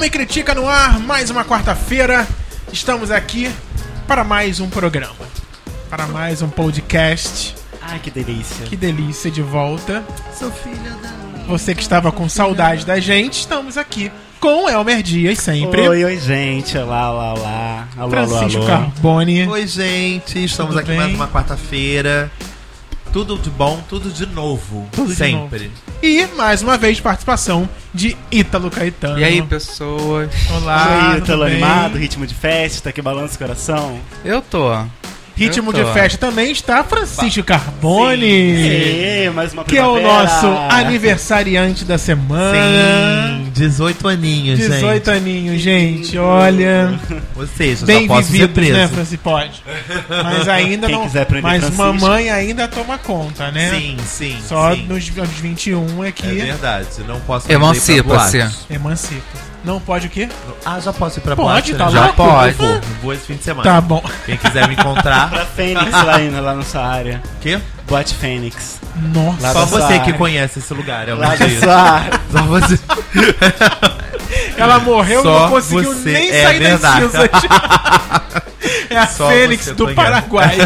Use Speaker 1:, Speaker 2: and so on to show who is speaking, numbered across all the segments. Speaker 1: Me Critica no ar, mais uma quarta-feira. Estamos aqui para mais um programa, para mais um podcast.
Speaker 2: Ai, que delícia.
Speaker 1: Que delícia de volta.
Speaker 2: Sou filha da...
Speaker 1: Você que estava com saudade da gente, estamos aqui com Elmer Dias sempre.
Speaker 2: Oi, oi, gente. Olá, olá, olá. Alô,
Speaker 1: Francisco
Speaker 2: alô, alô.
Speaker 1: Carboni.
Speaker 3: Oi, gente, estamos
Speaker 1: Tudo
Speaker 3: aqui mais
Speaker 1: bem?
Speaker 3: uma quarta-feira. Tudo de bom, tudo de novo.
Speaker 1: Tudo de
Speaker 3: sempre.
Speaker 1: E mais uma vez participação de Ítalo Caetano.
Speaker 4: E aí, pessoas?
Speaker 1: Olá,
Speaker 2: Oi,
Speaker 1: Ah, tudo
Speaker 2: telo
Speaker 1: bem?
Speaker 2: animado, ritmo de festa, que balança o coração.
Speaker 4: Eu tô.
Speaker 1: Ritmo
Speaker 4: Eu
Speaker 1: de
Speaker 4: tô.
Speaker 1: festa também está Francisco Carboni.
Speaker 2: Ê, mais uma
Speaker 1: Que é o
Speaker 2: primavera.
Speaker 1: nosso aniversariante da semana.
Speaker 3: Sim, 18 aninhos,
Speaker 1: 18
Speaker 3: gente.
Speaker 1: aninhos, gente. Olha.
Speaker 3: Ou seja,
Speaker 1: Bem
Speaker 3: só posso ser
Speaker 1: vividos,
Speaker 3: preso.
Speaker 1: né, Franci? Pode. Mas ainda
Speaker 2: Quem
Speaker 1: não.
Speaker 2: quiser prender
Speaker 1: mas
Speaker 2: Francisco.
Speaker 1: mamãe ainda toma conta, né?
Speaker 3: Sim, sim.
Speaker 1: Só
Speaker 3: sim.
Speaker 1: nos aos 21 é
Speaker 3: É
Speaker 1: que
Speaker 3: verdade, não posso mais ir pra
Speaker 4: Emancipa-se.
Speaker 3: boate.
Speaker 1: emancipa. Não pode o quê?
Speaker 3: Ah, já posso ir pra
Speaker 1: Pode,
Speaker 3: boate?
Speaker 1: tá
Speaker 3: né? Já
Speaker 1: louco?
Speaker 3: pode.
Speaker 1: Tá.
Speaker 3: Vou, vou esse fim de semana.
Speaker 1: Tá bom.
Speaker 3: Quem quiser me encontrar.
Speaker 2: Pra Fênix lá, ainda, lá na sua área.
Speaker 3: quê?
Speaker 2: Boate Fênix.
Speaker 1: Nossa.
Speaker 2: Lá
Speaker 3: Só
Speaker 2: da
Speaker 3: você
Speaker 2: sua-
Speaker 3: que conhece esse lugar, é o
Speaker 2: Lá
Speaker 3: meu
Speaker 2: da
Speaker 3: jeito.
Speaker 2: sua área.
Speaker 3: Só você.
Speaker 1: Ela morreu e
Speaker 3: Só
Speaker 1: não conseguiu
Speaker 3: você,
Speaker 1: nem
Speaker 3: é
Speaker 1: sair
Speaker 3: verdade.
Speaker 1: das cinzas. é a
Speaker 3: Só
Speaker 1: Fênix
Speaker 3: você tá
Speaker 1: do
Speaker 3: conhece.
Speaker 1: Paraguai.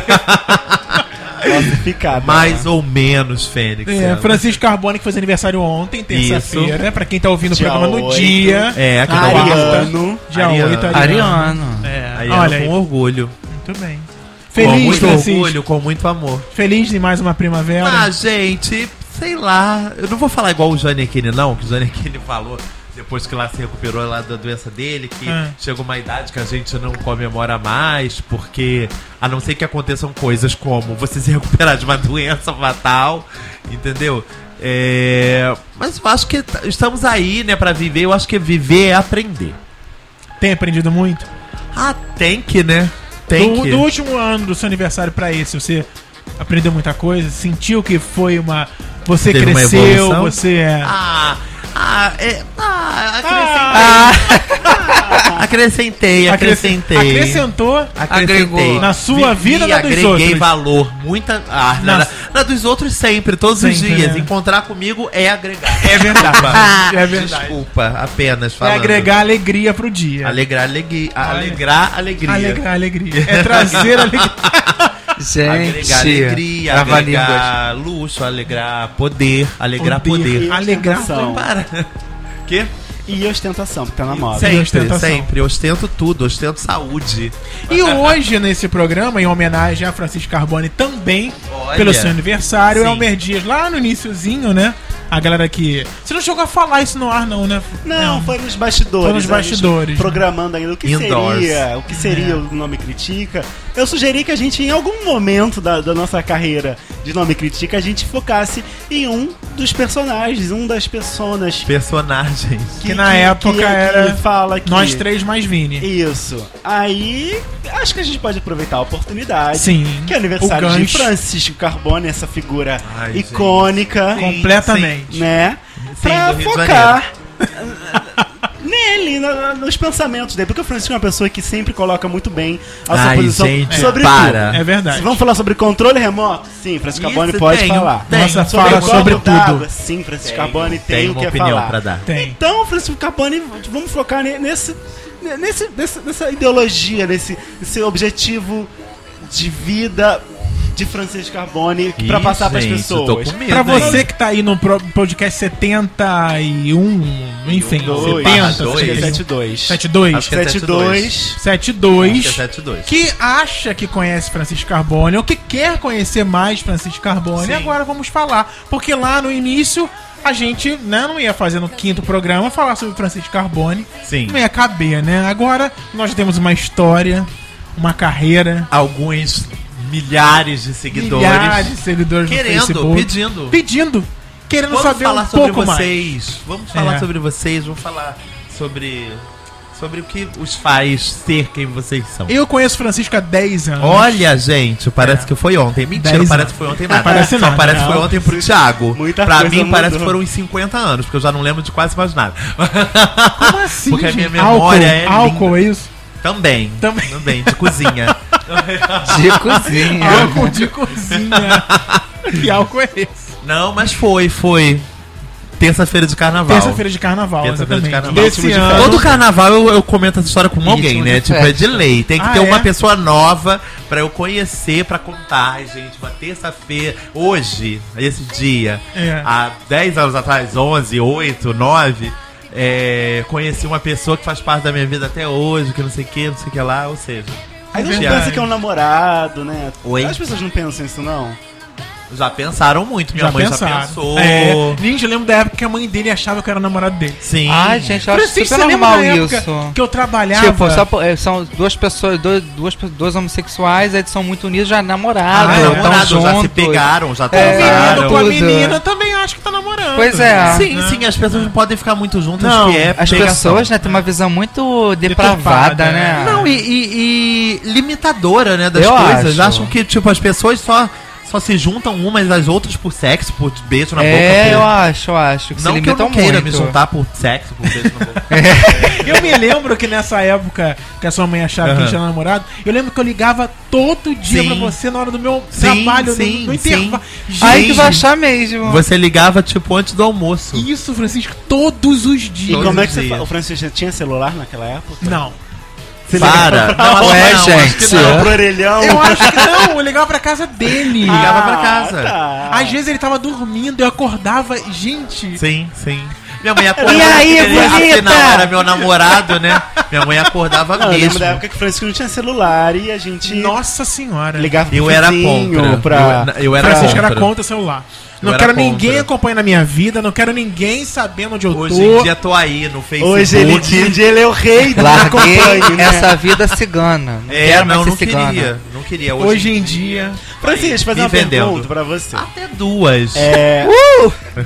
Speaker 2: Classificada.
Speaker 3: Mais ou menos, Fênix.
Speaker 1: É,
Speaker 3: né?
Speaker 1: Francisco Carbone, que fez aniversário ontem, terça-feira. Pra quem tá ouvindo o
Speaker 2: Dia
Speaker 1: programa no
Speaker 2: oito.
Speaker 1: dia.
Speaker 3: É, aqui
Speaker 1: um Ariano.
Speaker 3: no Barra.
Speaker 2: Ariano.
Speaker 1: Dia
Speaker 3: Ariano.
Speaker 1: 8,
Speaker 4: Ariano.
Speaker 1: É,
Speaker 3: É, Aí
Speaker 1: olha
Speaker 3: Olha,
Speaker 1: aí.
Speaker 3: com orgulho.
Speaker 1: Muito bem.
Speaker 3: com
Speaker 1: Feliz, né, É,
Speaker 3: muito
Speaker 1: Francisco.
Speaker 3: orgulho, com muito amor.
Speaker 1: Feliz de mais uma primavera.
Speaker 3: Ah, gente, sei lá. Eu não vou falar igual o Janequine, não, que o Janequine falou depois que lá se recuperou lá da doença dele, que
Speaker 1: Ah.
Speaker 3: chegou uma idade que a gente não comemora mais, porque a não ser que aconteçam coisas como você se recuperar de uma doença fatal, entendeu? É, mas eu acho que t- estamos aí, né, pra viver. Eu acho que viver é aprender.
Speaker 1: Tem aprendido muito?
Speaker 3: Ah, tem que, né? Tem
Speaker 1: do,
Speaker 3: que.
Speaker 1: do último ano do seu aniversário pra esse, você aprendeu muita coisa? Sentiu que foi uma. Você
Speaker 3: Teve uma
Speaker 1: cresceu,
Speaker 3: evolução?
Speaker 1: você é.
Speaker 3: Ah, ah, é, ah,
Speaker 1: Ah,
Speaker 3: acrescentei, acrescentei, acrescentei.
Speaker 1: Acrescentou
Speaker 4: Agregou.
Speaker 1: Na sua vida ou na dos
Speaker 3: agreguei
Speaker 1: outros?
Speaker 3: valor. Muita. Ah, na,
Speaker 1: Nas-
Speaker 3: na- na dos outros sempre, todos os
Speaker 1: Sempre,
Speaker 3: dias.
Speaker 1: né?
Speaker 3: Encontrar comigo é agregar.
Speaker 1: É verdade. é verdade.
Speaker 3: Desculpa, apenas
Speaker 1: É
Speaker 3: falando.
Speaker 1: agregar alegria pro dia.
Speaker 3: Alegrar, alegria. Alegrar, alegria.
Speaker 1: Alegrar alegria. É trazer alegria.
Speaker 4: Gente. tá
Speaker 3: Agregar alegria,
Speaker 4: trava línguas.
Speaker 3: agregar luxo, alegrar poder, alegrar poder.
Speaker 1: Alegrar
Speaker 2: Ostentação.
Speaker 3: Para. Quê?
Speaker 2: E ostentação, que tá na moda.
Speaker 1: Sei.
Speaker 3: Sempre,
Speaker 1: ostentação.
Speaker 3: sempre. Ostento tudo, ostento saúde.
Speaker 1: E hoje, nesse programa, em homenagem a Francisco Carbone também,
Speaker 3: Olha.
Speaker 1: pelo seu aniversário,
Speaker 3: Sim.
Speaker 1: é o Merdias lá no iníciozinho, né? A galera que. Você não chegou a falar isso no ar, não, né?
Speaker 2: Não, foi nos bastidores.
Speaker 1: Foi nos
Speaker 2: a gente
Speaker 1: bastidores. É.
Speaker 2: Programando ainda o que
Speaker 3: Indoors.
Speaker 2: seria, o que seria o Nome Critica. Eu sugeri que a gente, em algum momento da, da nossa carreira de Nome Critica, a gente focasse em um dos personagens, um das personas
Speaker 3: Personagens.
Speaker 1: Que na época era
Speaker 2: fala que...
Speaker 1: Nós três mais Vini.
Speaker 2: Isso. Aí, acho que a gente pode aproveitar a oportunidade.
Speaker 1: Sim.
Speaker 2: Que é o aniversário
Speaker 1: O
Speaker 2: de
Speaker 1: gancho.
Speaker 2: Francisco Carbone, essa figura
Speaker 3: Ai, gente.
Speaker 2: icônica.
Speaker 3: Sim,
Speaker 1: Completamente.
Speaker 2: né?
Speaker 3: Sim,
Speaker 2: pra
Speaker 3: do Rio de
Speaker 2: focar nele, na- nos pensamentos dele. Porque o Francisco é uma pessoa que sempre coloca muito bem a sua
Speaker 3: Ai,
Speaker 2: posição
Speaker 3: gente,
Speaker 2: sobre
Speaker 3: para.
Speaker 2: tudo.
Speaker 1: É verdade.
Speaker 2: Vamos falar sobre controle remoto? Sim, Francisco Carbone
Speaker 3: Isso,
Speaker 2: pode
Speaker 3: tem,
Speaker 2: falar.
Speaker 3: tem.
Speaker 1: Nossa
Speaker 3: Sobre
Speaker 1: fala
Speaker 2: golpe
Speaker 1: sobre
Speaker 2: d'água?
Speaker 1: tudo.
Speaker 2: Sim, Francisco Carbone tem,
Speaker 3: Tem
Speaker 2: o
Speaker 3: uma
Speaker 2: que
Speaker 3: opinião
Speaker 2: falar.
Speaker 3: pra dar.
Speaker 1: Tem.
Speaker 2: Então, Francisco Carbone, vamos focar ne- nesse, ne- nesse, nesse- nessa ideologia, nesse, nesse objetivo de vida de Francisco Carbone
Speaker 3: Ih,
Speaker 2: pra passar pras
Speaker 3: gente,
Speaker 2: pessoas.
Speaker 3: tô com medo,
Speaker 1: Pra
Speaker 3: hein?
Speaker 1: você que tá aí no pro- podcast 71, enfim, 70,
Speaker 2: Dois,
Speaker 3: barra dois.
Speaker 1: 72, 72,
Speaker 2: 72.
Speaker 3: Acho que é
Speaker 2: 72.
Speaker 1: 72,
Speaker 3: 72.
Speaker 1: que acha que conhece Francisco Carbone ou que quer conhecer mais Francisco Carbone,
Speaker 3: Sim.
Speaker 1: agora vamos falar. Porque lá no início a gente né, não ia fazer no quinto programa falar sobre Francisco Carbone.
Speaker 3: Sim.
Speaker 1: Não ia caber, né? Agora nós temos uma história, uma carreira,
Speaker 3: Alguns milhares de seguidores.
Speaker 1: milhares de seguidores no
Speaker 3: Querendo,
Speaker 1: Facebook.
Speaker 3: pedindo.
Speaker 1: Pedindo, querendo
Speaker 3: Vamos
Speaker 1: saber
Speaker 3: falar
Speaker 1: um
Speaker 3: sobre
Speaker 1: pouco mais.
Speaker 3: vocês. Vamos falar
Speaker 1: É.
Speaker 3: sobre vocês. Vamos falar sobre. Sobre o que os faz ser quem vocês são.
Speaker 1: Eu conheço Francisco há 10 anos.
Speaker 3: Olha, gente, parece que foi ontem. Mentira,
Speaker 1: É. Dez
Speaker 3: parece
Speaker 1: anos.
Speaker 3: que foi ontem nada.
Speaker 1: Parece
Speaker 3: Só
Speaker 1: nada.
Speaker 3: parece que
Speaker 2: Não,
Speaker 3: foi ontem pro Thiago.
Speaker 2: muita
Speaker 3: pra
Speaker 2: coisa
Speaker 3: mim, parece que
Speaker 2: mudou.
Speaker 3: foram uns 50 anos, porque eu já não lembro de quase mais nada.
Speaker 1: Como assim?
Speaker 3: Porque a minha
Speaker 1: gente?
Speaker 3: memória
Speaker 1: álcool,
Speaker 3: é
Speaker 1: álcool, é isso?
Speaker 3: Também.
Speaker 1: Também.
Speaker 3: Também, de cozinha.
Speaker 4: De cozinha.
Speaker 1: Álcool de cozinha. que álcool é esse?
Speaker 3: Não, mas foi, foi. terça-feira de carnaval.
Speaker 1: Terça-feira de carnaval,
Speaker 3: Terça-feira de
Speaker 1: exatamente.
Speaker 3: carnaval.
Speaker 1: Desse
Speaker 2: Ritmo de
Speaker 1: ano.
Speaker 3: Todo carnaval eu, eu comento essa história com alguém,
Speaker 4: Ritmo
Speaker 3: né?
Speaker 4: de
Speaker 3: Tipo, é de
Speaker 4: festa.
Speaker 3: lei. Tem que
Speaker 1: Ah,
Speaker 3: ter
Speaker 1: é?
Speaker 3: uma pessoa nova pra eu conhecer, pra contar, Ai, gente. Uma terça-feira, hoje, esse dia,
Speaker 1: É.
Speaker 3: há 10 anos atrás, 11, 8, 9, é, conheci uma pessoa que faz parte da minha vida até hoje, que não sei o que, não sei o que lá, ou seja,
Speaker 2: Aí não
Speaker 1: Verdade.
Speaker 2: pensa que é um namorado, né?
Speaker 3: Oi?
Speaker 2: As pessoas não pensam isso, não.
Speaker 3: já pensaram muito. Minha
Speaker 1: já
Speaker 3: mãe
Speaker 1: pensaram.
Speaker 3: já pensou.
Speaker 1: É, gente, eu lembro da época que a mãe dele achava que eu era namorado dele.
Speaker 3: Sim.
Speaker 4: Ai, gente, eu acho
Speaker 1: Francisco,
Speaker 4: super
Speaker 1: você lembra
Speaker 4: normal
Speaker 1: da época
Speaker 4: isso.
Speaker 1: que eu trabalhava?
Speaker 4: Tipo, só po- eh, são duas pessoas, dois, duas, pe- dois homossexuais, eles são muito unidos, já namoraram,
Speaker 1: Ah, é,
Speaker 4: tão
Speaker 3: namorados, então já se
Speaker 4: tá juntos.
Speaker 3: pegaram, já
Speaker 4: É,
Speaker 1: Menino com a
Speaker 4: Tudo.
Speaker 1: menina também acho que tá namorando.
Speaker 4: Pois é.
Speaker 3: Sim, sim, as pessoas não podem ficar muito juntas,
Speaker 1: Não,
Speaker 3: que é
Speaker 4: As
Speaker 3: pegação.
Speaker 4: pessoas, né, têm uma visão muito depravada,
Speaker 1: Deturpada,
Speaker 4: né?
Speaker 3: Não, e, e- e limitadora, né, das
Speaker 4: Eu
Speaker 3: coisas.
Speaker 4: acho.
Speaker 3: Acham que, tipo, as pessoas só, só se juntam umas às outras por sexo, por beijo na boca.
Speaker 4: é,
Speaker 3: por-
Speaker 4: eu acho, eu acho. Que se
Speaker 3: Não que eu
Speaker 4: limitam
Speaker 3: não queira
Speaker 4: muito.
Speaker 3: me juntar por sexo, por beijo na boca.
Speaker 1: Eu me lembro que nessa época que a sua mãe achava que a gente
Speaker 3: Aham.
Speaker 1: era namorado, eu lembro que eu ligava todo dia
Speaker 3: Sim.
Speaker 1: pra você na hora do meu
Speaker 3: Sim,
Speaker 1: trabalho,
Speaker 3: sim,
Speaker 1: no, no
Speaker 3: sim.
Speaker 1: intervalo.
Speaker 4: Aí
Speaker 1: Gente,
Speaker 4: que vai achar mesmo.
Speaker 3: Você ligava, tipo, antes do almoço.
Speaker 1: Isso, Francisco, todos os
Speaker 2: E
Speaker 1: dias.
Speaker 3: Todos
Speaker 2: como é
Speaker 3: os
Speaker 2: que você
Speaker 3: dias.
Speaker 2: fa... O Francisco já tinha celular naquela época?
Speaker 1: Não.
Speaker 3: Para. Não,
Speaker 4: Ué,
Speaker 3: acho que
Speaker 4: gente.
Speaker 3: não.
Speaker 4: É.
Speaker 2: Pro orelhão.
Speaker 1: Eu acho que não, eu ligava pra casa dele.
Speaker 3: Ah. ligava pra
Speaker 2: Ah,
Speaker 3: casa.
Speaker 2: tá.
Speaker 1: Às vezes ele tava dormindo, eu acordava, gente.
Speaker 3: Sim, sim. Minha mãe acordava.
Speaker 4: E aí,
Speaker 3: porque ele,
Speaker 4: bonita?
Speaker 3: Afinal, era meu namorado, né? Minha mãe acordava
Speaker 2: Não, eu lembro
Speaker 3: mesmo.
Speaker 2: da época que o Francisco não tinha celular e a gente
Speaker 1: Nossa senhora.
Speaker 2: ligava pro
Speaker 3: Eu era
Speaker 2: vizinho
Speaker 3: contra.
Speaker 2: pra-
Speaker 3: Eu, eu era
Speaker 1: Francisco era
Speaker 3: contra.
Speaker 1: contra celular. Não
Speaker 3: Eu né? era
Speaker 1: quero
Speaker 3: contra.
Speaker 1: ninguém acompanhando a minha vida, não quero ninguém sabendo onde eu
Speaker 3: Hoje
Speaker 1: tô.
Speaker 3: em dia tô aí no Facebook.
Speaker 2: Hoje ele, hoje ele é o rei do acompanho,
Speaker 4: Larguei
Speaker 2: né?
Speaker 4: essa vida cigana. Não
Speaker 3: É,
Speaker 4: quero
Speaker 3: não,
Speaker 4: mais
Speaker 3: não
Speaker 4: ser cigana.
Speaker 3: queria. Não queria. Hoje,
Speaker 1: Hoje em dia.
Speaker 2: Francisco, fazer
Speaker 3: Me
Speaker 2: uma
Speaker 3: vendendo. Uh!
Speaker 2: pergunta pra você.
Speaker 3: Até duas.
Speaker 2: É,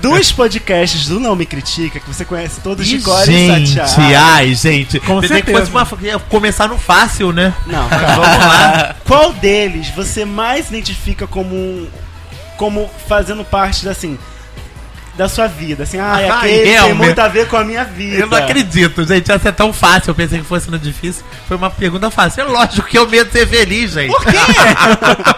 Speaker 2: Dos podcasts do Não Me Critica, que você conhece todos de cor e
Speaker 3: gente,
Speaker 2: sateado.
Speaker 3: ai, gente.
Speaker 1: Com
Speaker 3: Pensei que
Speaker 1: certeza.
Speaker 3: fosse uma- começar no fácil, né?
Speaker 2: Não,
Speaker 3: Mas vamos lá.
Speaker 2: Qual deles você mais identifica como um- como fazendo parte da, assim da sua vida? Assim, ah, é
Speaker 3: Ai,
Speaker 2: aquele tem
Speaker 3: Elmer.
Speaker 2: muito a ver com a minha vida.
Speaker 3: Eu não acredito, gente. Essa é tão fácil. Eu pensei que fosse no difícil. Foi uma pergunta fácil. É lógico que eu medo de ser feliz, gente. Por
Speaker 2: é?
Speaker 3: quê?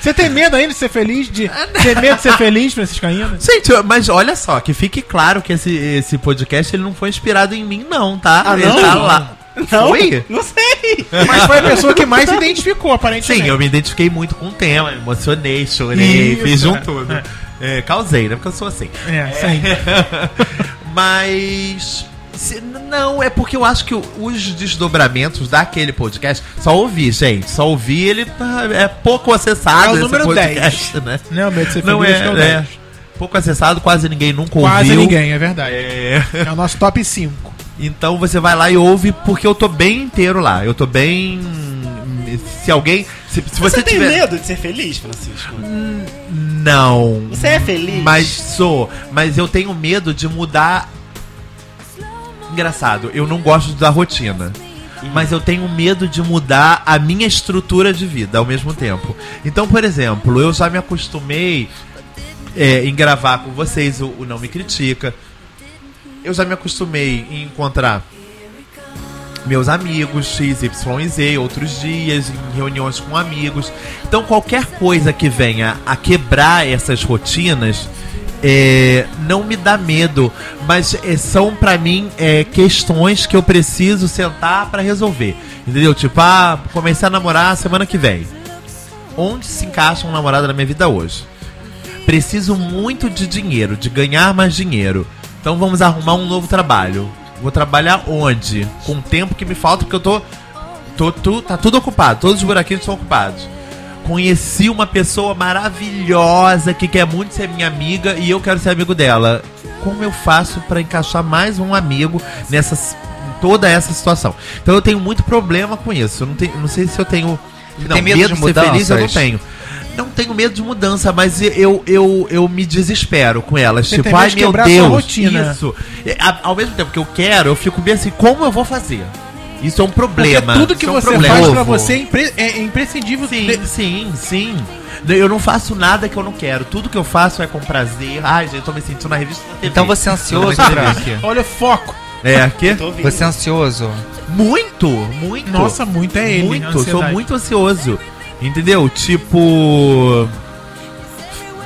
Speaker 1: Você tem medo ainda de ser feliz? De... Tem medo de ser feliz, Francisco, ainda?
Speaker 3: Gente, eu- mas olha só, que fique claro que esse, esse podcast ele não foi inspirado em mim, não, tá?
Speaker 2: Ah,
Speaker 3: ele
Speaker 2: não?
Speaker 3: tá lá.
Speaker 2: Não,
Speaker 3: Foi?
Speaker 2: não sei.
Speaker 1: Mas foi a pessoa que mais se identificou,
Speaker 3: Sim,
Speaker 1: aparentemente.
Speaker 3: eu me identifiquei muito com o tema, emocionei, chorei,
Speaker 1: né? Isso.
Speaker 3: fiz um tudo. É, causei, né? Porque eu sou assim.
Speaker 1: É, sim.
Speaker 3: Mas. se- não, é porque eu acho que o- os desdobramentos daquele podcast. Só ouvi, gente. Só ouvi, ele tá- é pouco acessado.
Speaker 1: É o
Speaker 3: esse
Speaker 1: número
Speaker 3: podcast, Né?
Speaker 1: Não, o medo de ser
Speaker 3: Não
Speaker 1: feliz acho que o
Speaker 3: é, é.
Speaker 1: 10.
Speaker 3: Pouco acessado, quase ninguém nunca
Speaker 1: Quase
Speaker 3: ouviu.
Speaker 1: ninguém, é verdade.
Speaker 3: É.
Speaker 1: É. o nosso top 5.
Speaker 3: Então você vai lá e ouve, porque eu tô bem inteiro lá. Eu tô bem. Se alguém. Se, se
Speaker 2: Você,
Speaker 3: você,
Speaker 2: tem
Speaker 3: tiver.
Speaker 2: medo de ser feliz, Francisco?
Speaker 3: Não.
Speaker 2: Você é feliz?
Speaker 3: Mas sou. Mas eu tenho medo de mudar. Engraçado, eu não gosto da rotina. Mas eu tenho medo de mudar a minha estrutura de vida ao mesmo tempo. Então, por exemplo, eu já me acostumei é, em gravar com vocês o, o Não Me Critica. Eu já me acostumei em encontrar meus amigos, X, Y, Z, outros dias, em reuniões com amigos. Então, qualquer coisa que venha a quebrar essas rotinas é, não me dá medo, mas é, são pra mim é, questões que eu preciso sentar pra resolver. Entendeu? Tipo, ah, comecei a namorar semana que vem. Onde se encaixa um namorado na minha vida hoje? Preciso muito de dinheiro, de ganhar mais dinheiro. Então vamos arrumar um novo trabalho. Vou trabalhar onde? Com o tempo que me falta, porque eu tô. tô, tu- tá tudo ocupado, todos os buraquinhos estão ocupados. Conheci uma pessoa maravilhosa que quer muito ser minha amiga e eu quero ser amigo dela. Como eu faço pra encaixar mais um amigo nessa s- em toda essa situação? Então eu tenho muito problema com isso. Eu não, tenho, não sei se eu tenho. Não,
Speaker 4: tem medo de
Speaker 3: eu não
Speaker 4: mudanças?
Speaker 3: tenho. Não tenho medo de mudança, mas eu, eu, eu me desespero com elas.
Speaker 1: Você tem
Speaker 3: tipo,
Speaker 1: medo
Speaker 3: ai
Speaker 1: de
Speaker 3: meu
Speaker 1: quebrar sua
Speaker 3: Deus,
Speaker 1: rotina.
Speaker 3: isso. E, a- ao mesmo tempo que eu quero, eu fico bem assim, como eu vou fazer? Isso é um
Speaker 1: Porque
Speaker 3: problema.
Speaker 1: tudo que
Speaker 3: Isso é um
Speaker 1: você
Speaker 3: problema.
Speaker 1: faz pra
Speaker 4: Ovo.
Speaker 1: você é, impre- é imprescindível.
Speaker 3: Sim, sim, sim. Eu não faço nada que eu não quero. Tudo que eu faço é com prazer. Ai, gente, eu tô me sentindo na revista da TV.
Speaker 4: Então você é ansioso,
Speaker 3: Tô na
Speaker 4: Fran?
Speaker 3: revista aqui.
Speaker 1: Olha o foco.
Speaker 3: É, que?
Speaker 2: Tô ouvindo.
Speaker 4: Você é ansioso.
Speaker 3: Muito, muito.
Speaker 1: Então Nossa, muito é ele.
Speaker 3: muito,
Speaker 1: a
Speaker 3: sou
Speaker 1: ansiedade.
Speaker 3: muito ansioso. Entendeu? Tipo.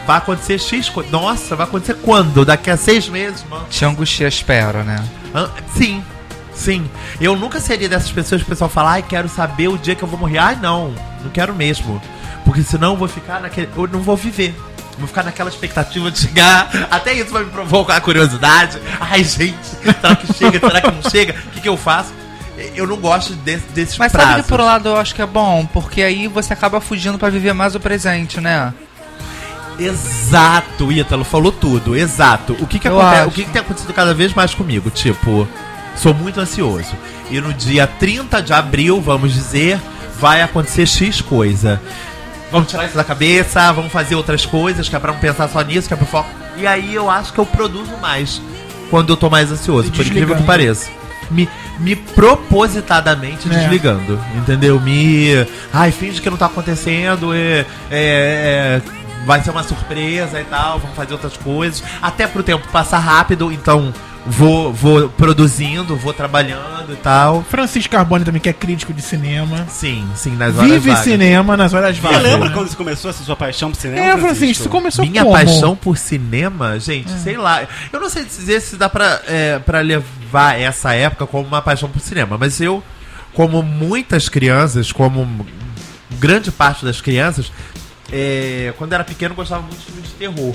Speaker 3: Vai acontecer X coisa. Nossa, vai acontecer quando? Daqui a seis meses, mano.
Speaker 4: Te angustia, espera, né?
Speaker 3: Ah, Sim, sim. Eu nunca seria dessas pessoas que o pessoal fala, ai, quero saber o dia que eu vou morrer. Ai, não, não quero mesmo. Porque senão eu vou ficar naquele. Eu não vou viver. Vou ficar naquela expectativa de chegar. Até isso vai me provocar a curiosidade. Ai, gente, será que chega? Será que não chega? O que, que eu faço? Eu não gosto desse, desses
Speaker 4: Mas
Speaker 3: prazos.
Speaker 4: sabe que por um lado eu acho que é bom, porque aí você acaba fugindo pra viver mais o presente, né?
Speaker 3: Exato, Ítalo, falou tudo, exato. O que que,
Speaker 4: Eu
Speaker 3: aconte...
Speaker 4: acho.
Speaker 3: o que que tem acontecido cada vez mais comigo? Tipo, sou muito ansioso. E no dia 30 de abril, vamos dizer, vai acontecer X coisa. Vamos tirar isso da cabeça, vamos fazer outras coisas, que é pra não pensar só nisso, que é pro foco. E aí eu acho que eu produzo mais quando eu tô mais ansioso, por incrível que
Speaker 1: desligando.
Speaker 3: pareça. Me, me propositadamente
Speaker 1: É.
Speaker 3: desligando, entendeu? Me. Ai, finge que não tá acontecendo, é, é, é, vai ser uma surpresa e tal, vamos fazer outras coisas. Até pro tempo passar rápido, então vou, vou produzindo, vou trabalhando e tal.
Speaker 1: Francisco Carbone também, que é crítico de cinema.
Speaker 3: Sim, sim, nas horas
Speaker 1: Vive
Speaker 3: vagas.
Speaker 1: cinema nas horas
Speaker 3: um
Speaker 2: Você
Speaker 1: vagas.
Speaker 2: lembra
Speaker 1: né?
Speaker 2: quando você começou essa sua paixão pro cinema?
Speaker 1: É, Francisco, você começou
Speaker 3: Minha
Speaker 1: como? É.
Speaker 3: paixão por cinema, gente, sei lá. Eu não sei dizer se dá pra, é, pra levar essa época como uma paixão por cinema, mas eu, como muitas crianças, como m- grande parte das crianças, é, quando era pequeno gostava muito de filmes de terror.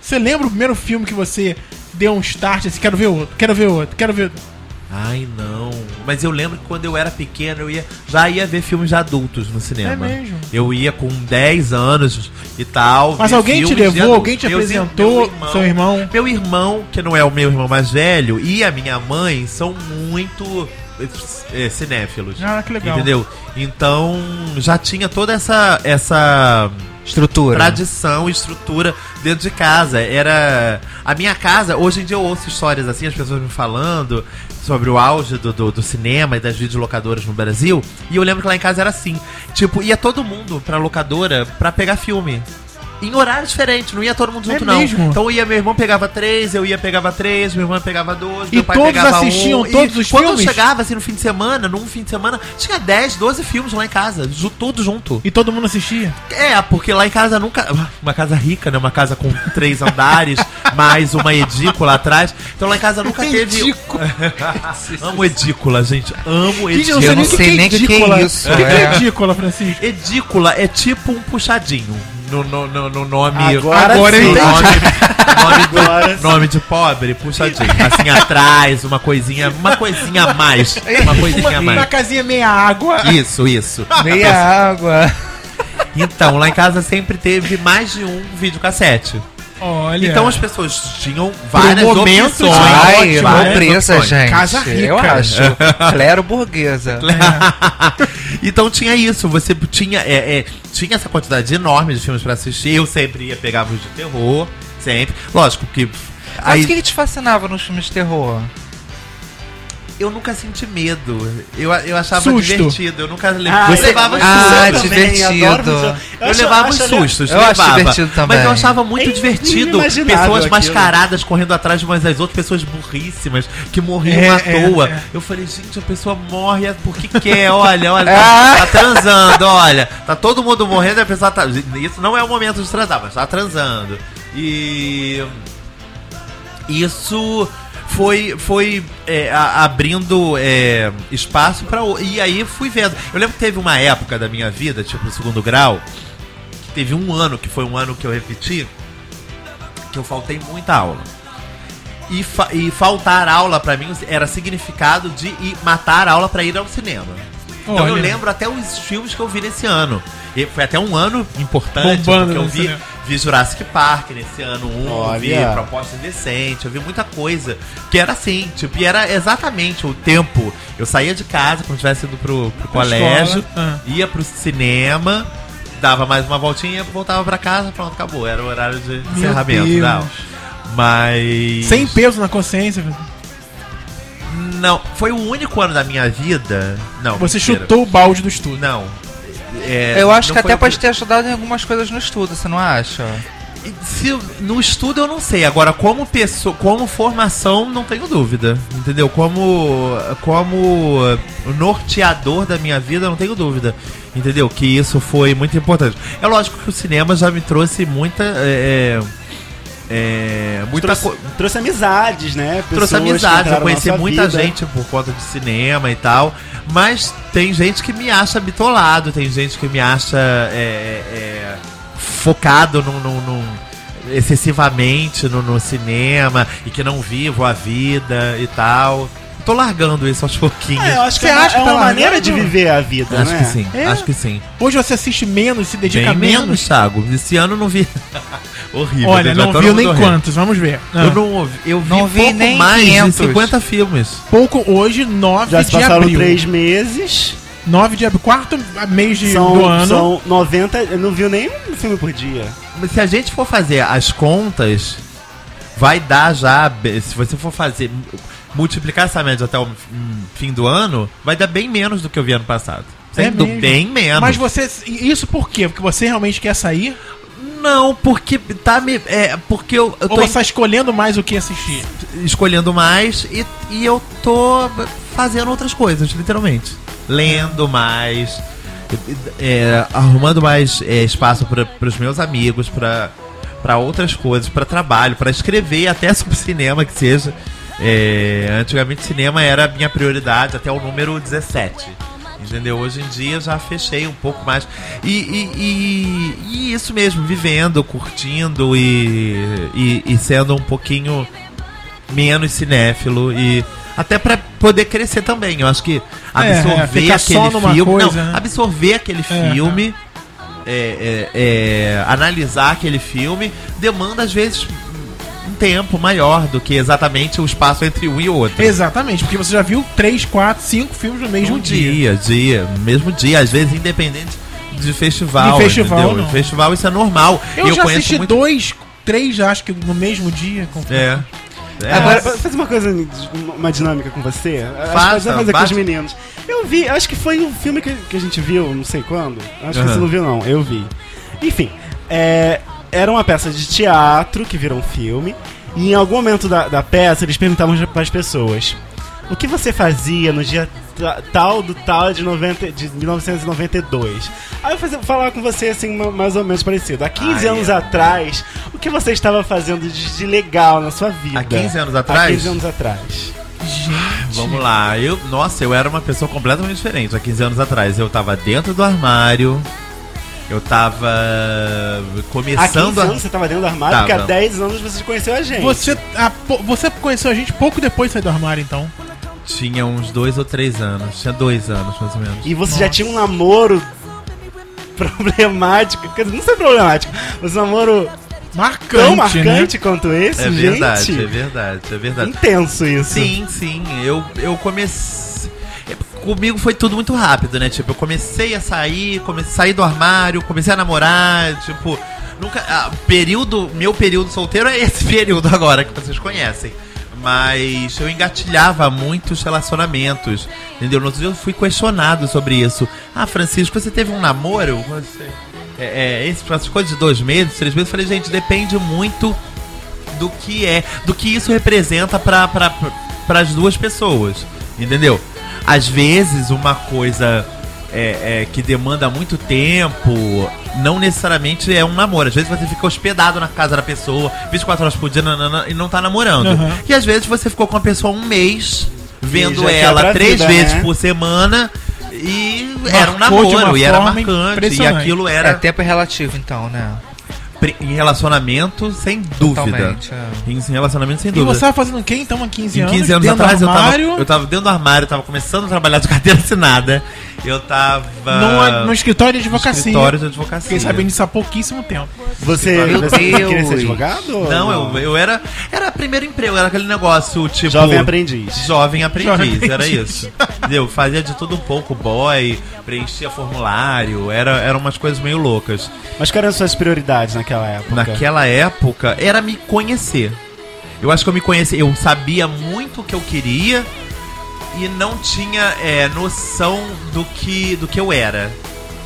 Speaker 1: Você lembra o primeiro filme que você deu um start assim, quero ver outro, quero ver outro, quero ver outro.
Speaker 3: Ai, não. Mas eu lembro que quando eu era pequeno, eu ia, já ia ver filmes de adultos no cinema.
Speaker 1: É mesmo?
Speaker 3: Eu ia com 10 anos e tal.
Speaker 1: Mas
Speaker 3: ver
Speaker 1: alguém te
Speaker 3: filmes de
Speaker 1: levou,
Speaker 3: adultos.
Speaker 1: alguém te
Speaker 3: Meus ir-
Speaker 1: apresentou,
Speaker 3: meu irmão-
Speaker 1: seu irmão.
Speaker 3: Meu irmão, que não é o meu irmão mais velho, e a minha mãe são muito eh, cinéfilos.
Speaker 1: Ah, que legal.
Speaker 3: Entendeu? Então já tinha toda essa essa
Speaker 4: Estrutura.
Speaker 3: tradição, estrutura dentro de casa. Era a minha casa. Hoje em dia eu ouço histórias assim, as pessoas me falando sobre o auge do, do, do cinema e das videolocadoras no Brasil. E eu lembro que lá em casa era assim, tipo ia todo mundo pra locadora pra pegar filme. Em horários diferentes, não ia todo mundo
Speaker 1: É
Speaker 3: junto, não.
Speaker 1: mesmo?
Speaker 3: Então ia, meu irmão pegava três, eu ia pegava três, meu irmão pegava dois,
Speaker 1: E
Speaker 3: meu pai
Speaker 1: todos
Speaker 3: pegava
Speaker 1: assistiam
Speaker 3: um. E
Speaker 1: todos os
Speaker 3: quando eu
Speaker 1: filmes?
Speaker 3: chegava assim no fim de semana, num fim de semana, tinha 10, 12 filmes lá em casa, ju- tudo junto.
Speaker 1: E todo mundo assistia?
Speaker 3: É, porque lá em casa nunca. Uma casa rica, né? Uma casa com três andares, mais uma edícula atrás. Então lá em casa nunca teve. Amo edícula, gente. Amo
Speaker 1: Gente,
Speaker 3: edícula.
Speaker 4: eu não sei nem o que que é
Speaker 1: edícula.
Speaker 4: isso,
Speaker 1: O que que é
Speaker 4: é.
Speaker 1: edícula, Francisco?
Speaker 3: Edícula é tipo um puxadinho. No, no, no, no nome.
Speaker 2: Agora
Speaker 3: Agora
Speaker 2: sim.
Speaker 3: eu entendi. Nome, nome, do-
Speaker 2: Agora sim.
Speaker 3: nome de pobre, puxadinho. Assim atrás, uma coisinha. Uma coisinha a mais. Uma coisinha a
Speaker 1: Uma, uma
Speaker 3: mais.
Speaker 1: casinha meia água.
Speaker 3: Isso, isso.
Speaker 4: Meia água.
Speaker 3: Então, lá em casa sempre teve mais de um videocassete.
Speaker 1: Olha.
Speaker 3: Então as pessoas tinham várias
Speaker 1: Pro momento,
Speaker 3: opções. É.
Speaker 4: Ai,
Speaker 3: várias
Speaker 4: nobreza,
Speaker 3: opções.
Speaker 4: né? gente.
Speaker 1: Casa rica.
Speaker 4: Eu acho. Clero burguesa.
Speaker 3: então tinha isso, você tinha, é, é, tinha essa quantidade enorme de filmes pra assistir. Eu sempre ia pegar os de terror, sempre. Lógico que.
Speaker 4: Mas
Speaker 3: Aí,
Speaker 4: o que, que te fascinava nos filmes de terror?
Speaker 3: eu nunca senti medo. Eu, eu achava
Speaker 1: Susto.
Speaker 3: divertido. Eu nunca le-
Speaker 2: Ah,
Speaker 3: eu levava
Speaker 2: eu-
Speaker 3: susto.
Speaker 4: Ah,
Speaker 2: eu também,
Speaker 4: divertido.
Speaker 2: adoro videogame.
Speaker 3: Eu,
Speaker 2: acho-
Speaker 3: levava uns
Speaker 2: acho-
Speaker 3: sustos,
Speaker 4: eu acho divertido também.
Speaker 3: Mas eu achava muito
Speaker 2: É
Speaker 3: divertido
Speaker 2: inimaginável
Speaker 3: pessoas
Speaker 2: aquilo.
Speaker 3: mascaradas correndo atrás de umas das outras, pessoas burríssimas que morriam
Speaker 1: É,
Speaker 3: à
Speaker 1: é,
Speaker 3: toa.
Speaker 1: é.
Speaker 3: Eu falei, gente, a pessoa morre é porque quer, olha, olha, tá,
Speaker 4: Ah.
Speaker 3: tá transando, olha. Tá todo mundo morrendo e a pessoa tá. Isso não é o momento de transar, mas tá transando. E isso foi foi é, a- abrindo é, espaço para e aí fui vendo eu lembro que teve uma época da minha vida tipo no segundo grau que teve um ano que foi um ano que eu repeti que eu faltei muita aula e, fa- e faltar aula pra mim era significado de ir matar aula pra ir ao cinema então eu
Speaker 1: Olha.
Speaker 3: lembro até os filmes que eu vi nesse ano e foi até um ano importante
Speaker 1: Bombando
Speaker 3: porque eu
Speaker 1: no
Speaker 3: vi
Speaker 1: cinema.
Speaker 3: vi Jurassic Park nesse ano um eu vi
Speaker 2: Olha.
Speaker 3: proposta indecente, eu vi muita coisa que era assim, tipo, e era exatamente o tempo. Eu saía de casa quando tivesse ido pro, pro colégio,
Speaker 1: ah.
Speaker 3: ia pro cinema, dava mais uma voltinha, voltava pra casa, pronto, acabou. Era o horário de encerramento.
Speaker 1: Deus.
Speaker 3: Não. Mas.
Speaker 1: Sem peso na consciência.
Speaker 3: Não, foi o único ano da minha vida. Não.
Speaker 1: Você
Speaker 3: mentira.
Speaker 1: chutou o balde do estudo.
Speaker 3: Não. É,
Speaker 4: Eu acho
Speaker 3: não
Speaker 4: que
Speaker 3: foi
Speaker 4: até
Speaker 3: o
Speaker 4: pode ter ajudado em algumas coisas no estudo, você não acha?
Speaker 3: Se, no estudo eu não sei. Agora, como pessoa, como formação, não tenho dúvida. Entendeu? Como, como norteador da minha vida, não tenho dúvida. Entendeu? Que isso foi muito importante. É lógico que o cinema já me trouxe muita. É, é, muita
Speaker 2: Trouxe,
Speaker 3: co-
Speaker 2: trouxe amizades, né? Pessoas
Speaker 3: trouxe
Speaker 2: que
Speaker 3: amizade,
Speaker 2: entraram
Speaker 3: eu
Speaker 2: na
Speaker 3: conheci
Speaker 2: nossa
Speaker 3: muita
Speaker 2: vida.
Speaker 3: gente por conta de cinema e tal, mas tem gente que me acha bitolado, tem gente que me acha é, é, focado num, num- num- excessivamente no, no cinema e que não vivo a vida e tal. Tô largando isso aos pouquinhos.
Speaker 2: É, eu acho que
Speaker 1: Você
Speaker 2: é uma,
Speaker 1: acha
Speaker 2: é
Speaker 1: que
Speaker 2: uma
Speaker 1: tá
Speaker 2: maneira de
Speaker 1: largando?
Speaker 2: viver a vida,
Speaker 3: Acho
Speaker 2: né?
Speaker 3: que sim,
Speaker 1: É.
Speaker 3: acho que sim.
Speaker 1: Hoje você assiste menos, se dedica
Speaker 3: Bem
Speaker 1: menos.
Speaker 3: menos, Thiago. Esse ano eu não vi. Horrível.
Speaker 1: Olha,
Speaker 3: já
Speaker 1: não
Speaker 3: todo
Speaker 1: viu
Speaker 3: mundo
Speaker 1: nem Ah.
Speaker 3: horrível.
Speaker 1: quantos, vamos ver.
Speaker 3: Eu não ouvi- eu vi,
Speaker 4: Não vi
Speaker 3: pouco
Speaker 4: nem
Speaker 3: mais
Speaker 4: 500.
Speaker 3: de 50 filmes.
Speaker 1: um Pouco hoje, 9
Speaker 2: Já se
Speaker 1: de
Speaker 2: passaram
Speaker 1: abril.
Speaker 2: três meses.
Speaker 1: 9 de abril, quarto mês de,
Speaker 2: São,
Speaker 1: do ano.
Speaker 2: são 90. Eu não viu nem um filme por dia.
Speaker 3: Mas se a gente for fazer as contas, vai dar já. be- Se você for fazer. Multiplicar essa média até o hum, fim do ano, vai dar bem menos do que eu vi ano passado.
Speaker 1: É
Speaker 3: Sendo
Speaker 1: mesmo.
Speaker 3: bem menos.
Speaker 1: Mas você. Isso por quê? Porque você realmente quer sair?
Speaker 3: Não, porque tá me. É, porque eu, eu
Speaker 1: Ou
Speaker 3: tô
Speaker 1: você tá escolhendo mais o que assistir?
Speaker 3: escolhendo mais e, e eu tô fazendo outras coisas, literalmente. Lendo mais, é, arrumando mais é, espaço para os meus amigos, para para outras coisas, para trabalho, para escrever até sobre cinema que seja. É, antigamente cinema era a minha prioridade até o número 17. Entendeu? Hoje em dia já fechei um pouco mais. E, e- e- e isso mesmo, vivendo, curtindo e- e, e sendo um pouquinho menos cinéfilo e até pra poder crescer também. Eu acho que absorver
Speaker 1: É, ficar só
Speaker 3: aquele
Speaker 1: numa
Speaker 3: filme,
Speaker 1: coisa,
Speaker 3: não,
Speaker 1: né?
Speaker 3: absorver aquele
Speaker 1: É.
Speaker 3: filme, é, é, é, analisar aquele filme demanda às vezes um tempo maior do que exatamente o espaço entre um e outro.
Speaker 1: Exatamente, porque você já viu 3, 4, 5 filmes no mesmo
Speaker 3: um
Speaker 1: dia.
Speaker 3: dia, dia, mesmo dia, às vezes independente de festival,
Speaker 1: De festival,
Speaker 3: entendeu?
Speaker 1: não.
Speaker 3: Em festival isso é normal.
Speaker 1: Eu, já
Speaker 3: conheço
Speaker 1: assisti dois, três, acho que no mesmo dia. com-
Speaker 3: É. É.
Speaker 2: Agora, faz uma coisa, uma dinâmica com você. Acho que
Speaker 3: Faça,
Speaker 2: fazer- fazer com os
Speaker 3: bate.
Speaker 2: meninos. Eu vi, acho que foi um filme que, que a gente viu, não sei quando. Acho que
Speaker 3: Aham.
Speaker 2: você não viu, não. Eu vi. Enfim, é, era uma peça de teatro que virou um filme. E em algum momento da, da peça, eles perguntavam para as pessoas: O que você fazia no dia ta- tal do tal de, 90, de 1992? Aí eu fazer, falar com você assim, ma- mais ou menos parecido. Há 15
Speaker 3: Ah,
Speaker 2: anos
Speaker 3: é.
Speaker 2: atrás, o que você estava fazendo de, de legal na sua vida?
Speaker 3: Há 15 anos
Speaker 2: Há
Speaker 3: atrás?
Speaker 2: 15 anos atrás.
Speaker 3: Vamos lá, eu, nossa, eu era uma pessoa completamente diferente há 15 anos atrás. Eu tava dentro do armário, eu tava
Speaker 2: Há 15
Speaker 3: começando a.
Speaker 2: anos você tava dentro do armário,
Speaker 3: Tava.
Speaker 2: porque há 10 anos você conheceu a gente.
Speaker 1: Você, a po- você conheceu a gente pouco depois de sair do armário, então.
Speaker 3: Tinha uns dois ou três anos, tinha dois anos mais ou menos.
Speaker 2: E você já
Speaker 1: Nossa.
Speaker 2: tinha um namoro problemático. Quer dizer, não sei é problemático, mas um namoro
Speaker 1: Marcante,
Speaker 2: tão
Speaker 1: né?
Speaker 2: marcante quanto esse,
Speaker 3: É verdade, é
Speaker 2: gente.
Speaker 3: verdade, é verdade.
Speaker 2: Intenso isso.
Speaker 3: Sim, sim. Eu, eu comecei. Comigo foi tudo muito rápido, né? Tipo, eu comecei a sair, comecei a sair do armário, comecei a namorar, tipo. Nunca. ah, período. Meu período solteiro é esse período agora que vocês conhecem. Mas eu engatilhava muitos relacionamentos. Entendeu? No outro dia eu fui questionado sobre isso. Ah, Francisco, você teve um namoro? Você. É, é, esse- essas coisas de dois meses, três meses, eu falei, gente, depende muito do que é, do que isso representa para pra, pra, as duas pessoas, entendeu? Às vezes uma coisa é, é, que demanda muito tempo não necessariamente é um namoro. Às vezes você fica hospedado na casa da pessoa 24 horas por dia nanana, e não tá namorando.
Speaker 1: Uhum.
Speaker 3: E às vezes você ficou com a pessoa um mês vendo
Speaker 2: já quebra
Speaker 3: ela
Speaker 2: a
Speaker 3: três
Speaker 2: vida,
Speaker 3: vezes
Speaker 2: né?
Speaker 3: por semana e era um
Speaker 1: Marcou de uma
Speaker 3: namoro e era
Speaker 1: forma
Speaker 3: marcante e
Speaker 1: impressionante.
Speaker 3: aquilo
Speaker 4: É,
Speaker 3: era
Speaker 4: tempo é relativo, então, né?
Speaker 3: pri- em relacionamento sem dúvida.
Speaker 4: Totalmente. é.
Speaker 3: Em relacionamento sem
Speaker 1: né? E
Speaker 3: dúvida.
Speaker 1: você tava fazendo o quê então há 15
Speaker 3: Em
Speaker 1: anos?
Speaker 3: 15 anos
Speaker 1: Dentro do
Speaker 3: atrás eu tava,
Speaker 1: armário,
Speaker 3: eu tava dentro do armário, tava começando a trabalhar de carteira assinada. Eu tava.
Speaker 1: numa- no escritório de
Speaker 3: no
Speaker 1: é, advocacia.
Speaker 3: Ah, escritório de advocacia.
Speaker 1: Fiquei sabendo disso há pouquíssimo tempo.
Speaker 2: Você,
Speaker 4: Meu
Speaker 2: você
Speaker 4: Deus.
Speaker 2: queria ser advogado? ou
Speaker 3: Não, eu, eu era. Era primeiro emprego, era aquele negócio tipo.
Speaker 2: Jovem aprendiz.
Speaker 3: Jovem aprendiz,
Speaker 1: Jovem
Speaker 3: era
Speaker 1: aprendiz.
Speaker 3: isso. Eu fazia de tudo um pouco, boy, preenchia formulário, era, eram umas coisas meio loucas.
Speaker 2: Mas quais eram as suas prioridades naquela época?
Speaker 3: Naquela época era me conhecer. Eu acho que eu me conheci, eu sabia muito o que eu queria e não tinha é, noção do que do que eu era.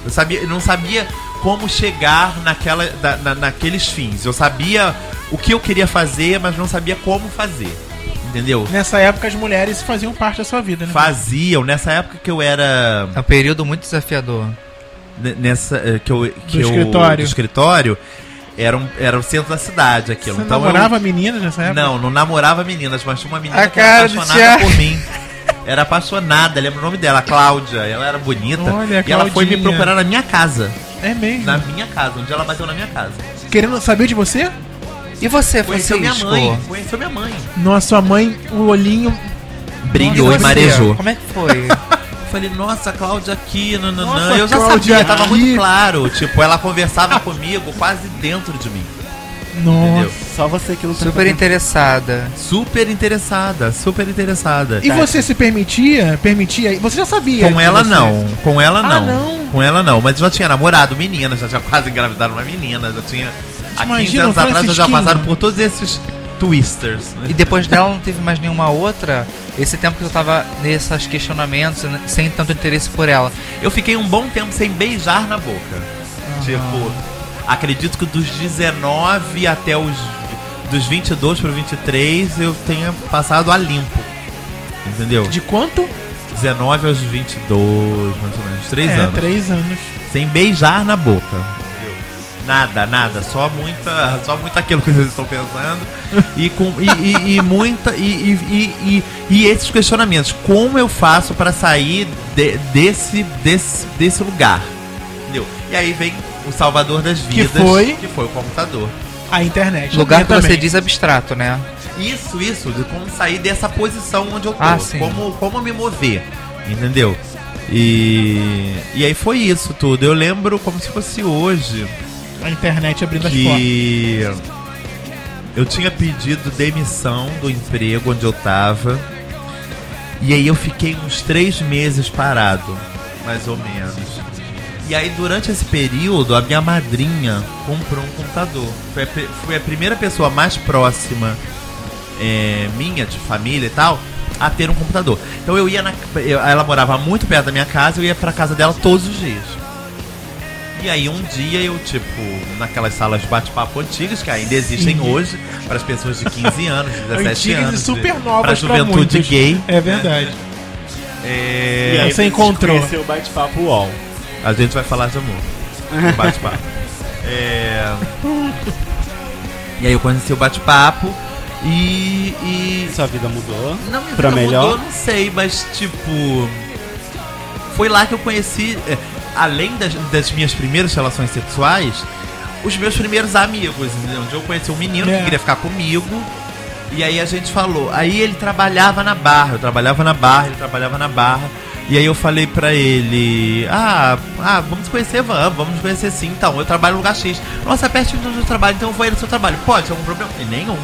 Speaker 3: Eu sabia, eu não sabia como chegar naquela, da- na- naqueles fins. Eu sabia o que eu queria fazer, mas não sabia como fazer. Entendeu?
Speaker 1: Nessa época as mulheres faziam parte da sua vida, né?
Speaker 3: Faziam, nessa época que eu era.
Speaker 4: É um período muito desafiador.
Speaker 3: N- nessa eh, que eu que eu-
Speaker 1: escritório.
Speaker 3: do escritório, era um, era o centro da cidade aquilo.
Speaker 1: Você
Speaker 3: então
Speaker 1: namorava meninas nessa
Speaker 3: eu,
Speaker 1: época?
Speaker 3: não, não namorava meninas, mas tinha uma menina
Speaker 4: A
Speaker 3: que era
Speaker 4: cara de
Speaker 3: apaixonada
Speaker 4: Thiago.
Speaker 3: por mim. Era apaixonada, lembro o nome dela, Cláudia. Ela era bonita.
Speaker 1: Olha,
Speaker 3: e ela foi me
Speaker 1: Claudinha.
Speaker 3: procurar na minha casa.
Speaker 1: É mesmo.
Speaker 3: Na minha casa, onde ela bateu na minha casa.
Speaker 1: Querendo saber de você?
Speaker 4: E você,
Speaker 3: Conheceu minha
Speaker 4: Francisco?
Speaker 3: mãe. Conheceu minha mãe.
Speaker 1: Nossa, sua mãe, o olhinho.
Speaker 3: Brilhou
Speaker 4: E
Speaker 3: e,
Speaker 4: você?
Speaker 3: marejou.
Speaker 4: Como é que foi?
Speaker 3: Eu falei, nossa, Cláudia aqui, nananã.
Speaker 1: Nossa,
Speaker 3: Eu já
Speaker 1: Cláudia
Speaker 3: sabia, tava
Speaker 1: aqui.
Speaker 3: muito claro. Tipo, ela conversava comigo quase dentro de mim.
Speaker 1: Nossa.
Speaker 3: Entendeu?
Speaker 2: Só você que não tá
Speaker 4: Super interessada.
Speaker 3: Super interessada, super interessada.
Speaker 1: E você se permitia? Permitia? Você já sabia?
Speaker 3: Com
Speaker 1: que
Speaker 3: ela
Speaker 1: você-
Speaker 3: não, com ela
Speaker 1: Ah,
Speaker 3: não.
Speaker 1: não?
Speaker 3: Com ela não, mas eu já tinha namorado menina, já tinha quase engravidado uma menina, já tinha. Há 15
Speaker 1: Imagina,
Speaker 3: anos
Speaker 1: um
Speaker 3: atrás eu já
Speaker 1: Francisquinho.
Speaker 3: passaram por todos esses twisters. né?
Speaker 4: E depois dela não teve mais nenhuma outra? Esse tempo que eu tava nesses questionamentos, né, sem tanto interesse por ela.
Speaker 3: Eu fiquei um bom tempo sem beijar na boca.
Speaker 1: Ah.
Speaker 3: Tipo, acredito que dos 19 até os. dos 22 para 23 eu tenha passado a limpo. Entendeu? De
Speaker 1: De quanto?
Speaker 3: 19 aos 22, mais ou menos, 3
Speaker 1: é,
Speaker 3: anos.
Speaker 1: três anos.
Speaker 3: sem beijar na boca. Nada, nada, só muita, só muito aquilo que vocês estão pensando e com e, e- e muita e, e, e, e- e esses questionamentos. Como eu faço pra sair de- desse, desse desse lugar? Entendeu? E aí vem o salvador das vidas,
Speaker 1: foi?
Speaker 3: que foi o computador.
Speaker 1: A internet.
Speaker 4: Lugar
Speaker 1: Eu
Speaker 4: que você
Speaker 1: também.
Speaker 4: diz abstrato, né?
Speaker 3: Isso, isso, de como sair dessa posição onde eu tô.
Speaker 4: Ah, sim.
Speaker 3: Como, como me mover, entendeu? E, e aí foi isso tudo. Eu lembro como se fosse hoje.
Speaker 1: A internet abrindo as portas.
Speaker 3: que eu tinha pedido demissão do emprego onde eu tava. E aí eu fiquei uns três meses parado, mais ou menos. E aí durante esse período a minha madrinha comprou um computador. Foi a, pri- foi a primeira pessoa mais próxima é, minha, de família e tal, a ter um computador. Então eu ia na. eu- ela morava muito perto da minha casa, eu ia pra casa dela todos os dias. E aí um dia eu, tipo, naquelas salas de bate-papo antigas, que ainda existem hoje, para as pessoas de 15 anos, 17
Speaker 1: Antigas e
Speaker 3: anos.
Speaker 1: super
Speaker 3: para a
Speaker 1: novas pra
Speaker 3: juventude
Speaker 1: muitos.
Speaker 3: gay.
Speaker 1: É verdade.
Speaker 3: É,
Speaker 1: aí você encontrou.
Speaker 2: Conheceu o bate-papo UOL.
Speaker 3: A gente vai falar de amor. No bate-papo. É, E aí eu conheci o bate-papo e. e...
Speaker 2: Sua vida mudou.
Speaker 3: Não, minha
Speaker 2: Pra
Speaker 3: vida
Speaker 2: melhor?
Speaker 3: mudou, não sei, mas tipo. Foi lá que eu conheci, é, além das, das minhas primeiras relações sexuais, os meus primeiros amigos, entendeu? onde eu conheci um menino
Speaker 1: É.
Speaker 3: que queria ficar comigo. E aí a gente falou. Aí ele trabalhava na barra, eu trabalhava na barra, ele trabalhava na barra. E aí eu falei pra ele, ah, ah, vamos se conhecer, vamos, vamos nos conhecer sim, então, eu trabalho no lugar X. Nossa, é pertinho do meu trabalho, então eu vou aí no seu trabalho. Pode, tem algum problema? Ele, Nenhum.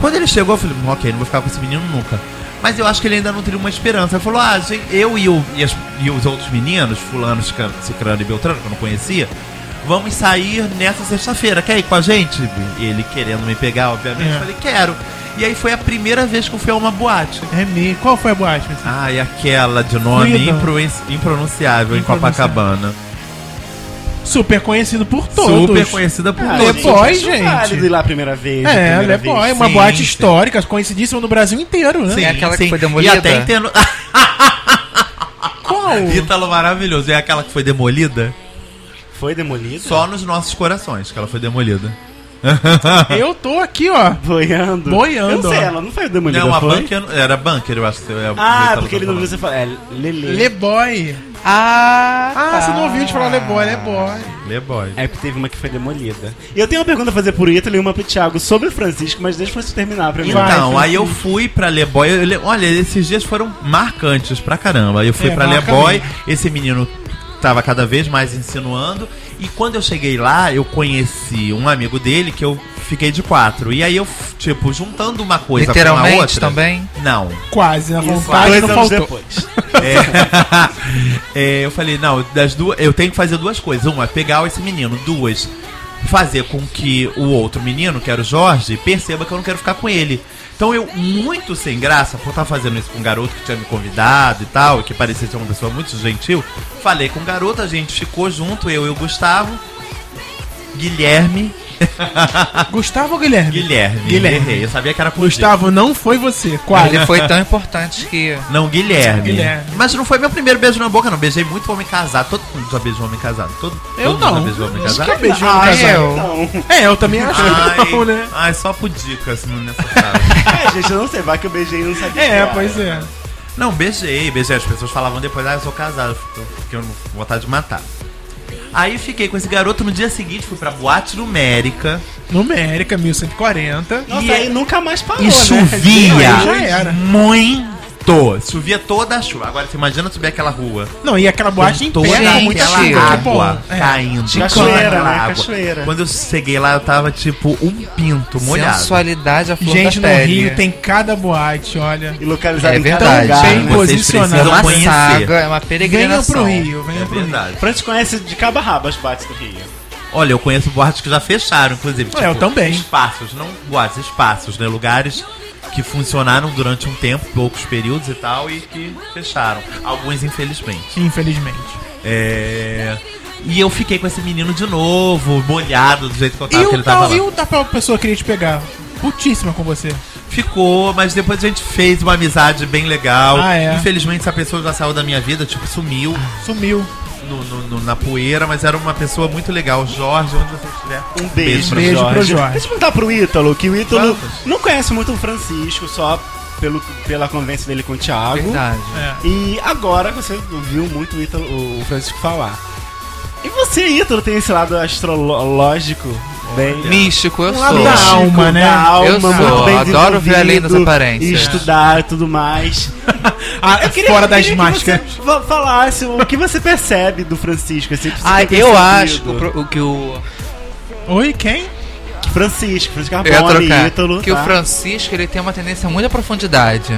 Speaker 3: Quando ele chegou, eu falei, "Hum, ok, não vou ficar com esse menino nunca. Mas eu acho que ele ainda não teria uma esperança. Ele falou, ah, gente, eu e, o- e as- e os outros meninos, fulano, Cica- cicrano e beltrano, que eu não conhecia, vamos sair nessa sexta-feira. Quer ir com a gente? Ele querendo me pegar, obviamente.
Speaker 1: É.
Speaker 3: Eu falei, quero. E aí foi a primeira vez que eu fui a uma boate.
Speaker 1: É mesmo. Qual foi a boate? Francisco?
Speaker 3: Ah, e aquela de nome
Speaker 1: Freedom.
Speaker 3: impronunciável, impronunciável em
Speaker 1: Impronunciável.
Speaker 3: Copacabana.
Speaker 1: Super conhecido por todos. É,
Speaker 3: Super conhecida por
Speaker 2: Ah,
Speaker 3: todos.
Speaker 1: Lepo- Lepoy,
Speaker 2: acho
Speaker 1: gente.
Speaker 2: válido ir lá a primeira vez. a
Speaker 1: É,
Speaker 2: primeira
Speaker 1: ela é boa, é
Speaker 2: vez.
Speaker 1: uma
Speaker 3: Sim,
Speaker 1: boate
Speaker 3: sim.
Speaker 1: histórica, conhecidíssima no Brasil inteiro, né?
Speaker 4: Sim. É aquela que foi
Speaker 3: E
Speaker 4: demolida?
Speaker 3: até interno...
Speaker 1: Qual?
Speaker 3: Ítalo maravilhoso. É aquela que foi demolida?
Speaker 2: Foi demolido?
Speaker 3: Só nos nossos corações que ela foi demolida.
Speaker 1: Eu tô aqui, ó.
Speaker 2: Boiando.
Speaker 1: Boiando,
Speaker 2: Eu não sei,
Speaker 1: ó.
Speaker 2: ela não foi demolida,
Speaker 3: Não, a
Speaker 2: foi?
Speaker 3: bunker era bunker, eu acho que é o
Speaker 2: Ah,
Speaker 3: Ítalo
Speaker 2: porque
Speaker 3: tá
Speaker 2: ele não viu
Speaker 3: falando.
Speaker 2: você falar. É, Lele.
Speaker 1: Leboy.
Speaker 4: Ah,
Speaker 1: Ah, você não ouviu de falar Leboy, Leboy.
Speaker 3: Lê boy.
Speaker 2: É porque teve uma que foi demolida. E eu tenho uma pergunta a fazer pro Ítalo e uma pro Thiago sobre o Francisco, mas deixa você terminar pra mim.
Speaker 1: Vai,
Speaker 3: Então, aí eu
Speaker 1: Francisco.
Speaker 3: fui pra Leboy. eu le- Olha, esses dias foram marcantes pra caramba. Eu fui
Speaker 1: É,
Speaker 3: pra
Speaker 1: marca
Speaker 3: Leboy,
Speaker 1: mesmo.
Speaker 3: esse menino tava cada vez mais insinuando. E quando eu cheguei lá, eu conheci um amigo dele que eu fiquei de quatro. E aí eu, f- tipo, juntando uma coisa com a
Speaker 4: Literalmente
Speaker 3: outra.
Speaker 4: também?
Speaker 3: Não.
Speaker 1: Quase, na
Speaker 2: Isso,
Speaker 1: vontade
Speaker 2: dois
Speaker 1: não
Speaker 2: anos
Speaker 1: faltou.
Speaker 2: depois.
Speaker 3: É, É, eu falei, não, das duas, eu tenho que fazer duas coisas. Uma, pegar esse menino. Duas, fazer com que o outro menino, que era o Jorge, perceba que eu não quero ficar com ele. Então eu, muito sem graça, por estar fazendo isso com um garoto que tinha me convidado e tal, e que parecia ser uma pessoa muito gentil, falei com o garoto, a gente ficou junto, eu e o Gustavo, Guilherme,
Speaker 1: Gustavo ou Guilherme?
Speaker 3: Guilherme,
Speaker 1: Guilherme.
Speaker 3: errei, eu sabia que era com G.
Speaker 1: Gustavo, não foi você. Quase.
Speaker 4: Ele foi tão importante que.
Speaker 3: Não, Guilherme.
Speaker 1: Guilherme.
Speaker 3: Mas não foi meu primeiro beijo na boca, não. Beijei muito homem casado. Todo mundo já beijou homem casado. Todo,
Speaker 1: Eu
Speaker 3: todo mundo já
Speaker 1: não.
Speaker 3: beijou homem
Speaker 1: Nunca
Speaker 3: casado.
Speaker 1: beijei um
Speaker 4: Ah,
Speaker 1: casal.
Speaker 4: eu.
Speaker 2: Então,
Speaker 1: É, eu também acho que não,
Speaker 3: Ai,
Speaker 1: né?
Speaker 3: ai, só por dicas assim, nessa cara.
Speaker 2: É, gente, eu não sei, vai que eu beijei e não sabia.
Speaker 1: É, pois é.
Speaker 3: não, beijei, beijei. As pessoas falavam depois, ah, eu sou casado, porque eu não vou vontade de matar. Aí fiquei com esse garoto no dia seguinte, fui pra boate numérica.
Speaker 1: Numérica, 1140.
Speaker 2: Nossa,
Speaker 3: E-
Speaker 2: aí nunca mais parou,
Speaker 3: E
Speaker 2: né?
Speaker 3: chovia
Speaker 1: Já era.
Speaker 3: muito. Chovia toda a chuva. Agora, você imagina subir aquela rua.
Speaker 1: é, Não, e aquela boate em
Speaker 3: Com
Speaker 1: pé né?
Speaker 3: toda
Speaker 1: com muita
Speaker 3: aquela
Speaker 1: chuva.
Speaker 3: água
Speaker 1: É.
Speaker 3: caindo.
Speaker 2: Cachoeira,
Speaker 3: toda
Speaker 2: né?
Speaker 3: aquela água.
Speaker 2: Cachoeira.
Speaker 3: Quando eu cheguei lá, eu tava tipo um pinto molhado.
Speaker 4: Sensualidade à flor
Speaker 1: Gente,
Speaker 4: da
Speaker 1: no
Speaker 4: pele.
Speaker 1: Rio tem cada boate, olha.
Speaker 2: E localizado
Speaker 4: É
Speaker 2: em cada
Speaker 4: verdade.
Speaker 2: lugar.
Speaker 1: Bem
Speaker 2: né?
Speaker 1: boa.
Speaker 3: Vocês
Speaker 1: posicionado.
Speaker 4: É
Speaker 3: precisam
Speaker 4: uma
Speaker 3: conhecer.
Speaker 4: saga, é uma
Speaker 1: Venham
Speaker 4: peregrinação.
Speaker 1: pro Rio, venham
Speaker 3: É
Speaker 1: pro Rio.
Speaker 3: verdade.
Speaker 2: Fran te conhece de cabo a rabo as boates do Rio.
Speaker 3: Olha, eu conheço boates que já fecharam, inclusive. Tipo,
Speaker 1: É, eu também.
Speaker 3: Espaços, não boates, espaços, né? Lugares que funcionaram durante um tempo, poucos períodos e tal, e que fecharam. Alguns, infelizmente.
Speaker 1: Infelizmente.
Speaker 3: Ah, É... E eu fiquei com esse menino de novo, molhado do jeito que eu
Speaker 1: E
Speaker 3: tava, que ele
Speaker 1: o
Speaker 3: tava
Speaker 1: tal,
Speaker 3: lá.
Speaker 1: e o da própria pessoa que queria te pegar? Putíssima com você.
Speaker 3: Ficou, mas depois a gente fez uma amizade bem legal.
Speaker 1: Ah, é? Ah.
Speaker 3: Infelizmente, essa pessoa já saiu da minha vida, tipo, sumiu
Speaker 1: Sumiu.
Speaker 3: no- no- no- na poeira, mas era uma pessoa muito legal. Jorge, onde você estiver,
Speaker 2: Um beijo,
Speaker 1: Beijo
Speaker 2: pro, Jorge.
Speaker 1: pro Jorge.
Speaker 2: Deixa eu perguntar pro Ítalo, que o Ítalo
Speaker 3: Vamos.
Speaker 2: não conhece muito o Francisco, só pelo, pela convivência dele com o Thiago.
Speaker 4: Verdade.
Speaker 1: É.
Speaker 2: E agora você ouviu muito o, Ítalo, o Francisco falar. E você, Ítalo, tem esse lado astrológico bem...
Speaker 4: Místico, eu
Speaker 1: Um
Speaker 4: sou.
Speaker 1: da
Speaker 2: místico,
Speaker 1: alma, né?
Speaker 2: Da alma,
Speaker 4: Eu sou,
Speaker 2: muito bem
Speaker 4: adoro ver além
Speaker 2: desenvolvido,
Speaker 4: das aparências.
Speaker 2: e Estudar e tudo mais.
Speaker 1: Ah,
Speaker 2: Eu queria-
Speaker 1: fora
Speaker 2: eu queria
Speaker 1: das
Speaker 2: que
Speaker 1: máscaras.
Speaker 2: você fa- falasse o que você percebe do Francisco. Assim, o que você
Speaker 4: Ah,
Speaker 2: tem
Speaker 4: eu
Speaker 2: percebido.
Speaker 4: acho que o, pro- o que o.
Speaker 1: Oi, quem?
Speaker 3: Tá
Speaker 2: Francisco, Francisco
Speaker 4: Eu ia
Speaker 2: Carbone,
Speaker 4: trocar.
Speaker 2: Ítalo.
Speaker 4: que
Speaker 2: tá?
Speaker 4: o Francisco ele tem uma tendência muito à profundidade.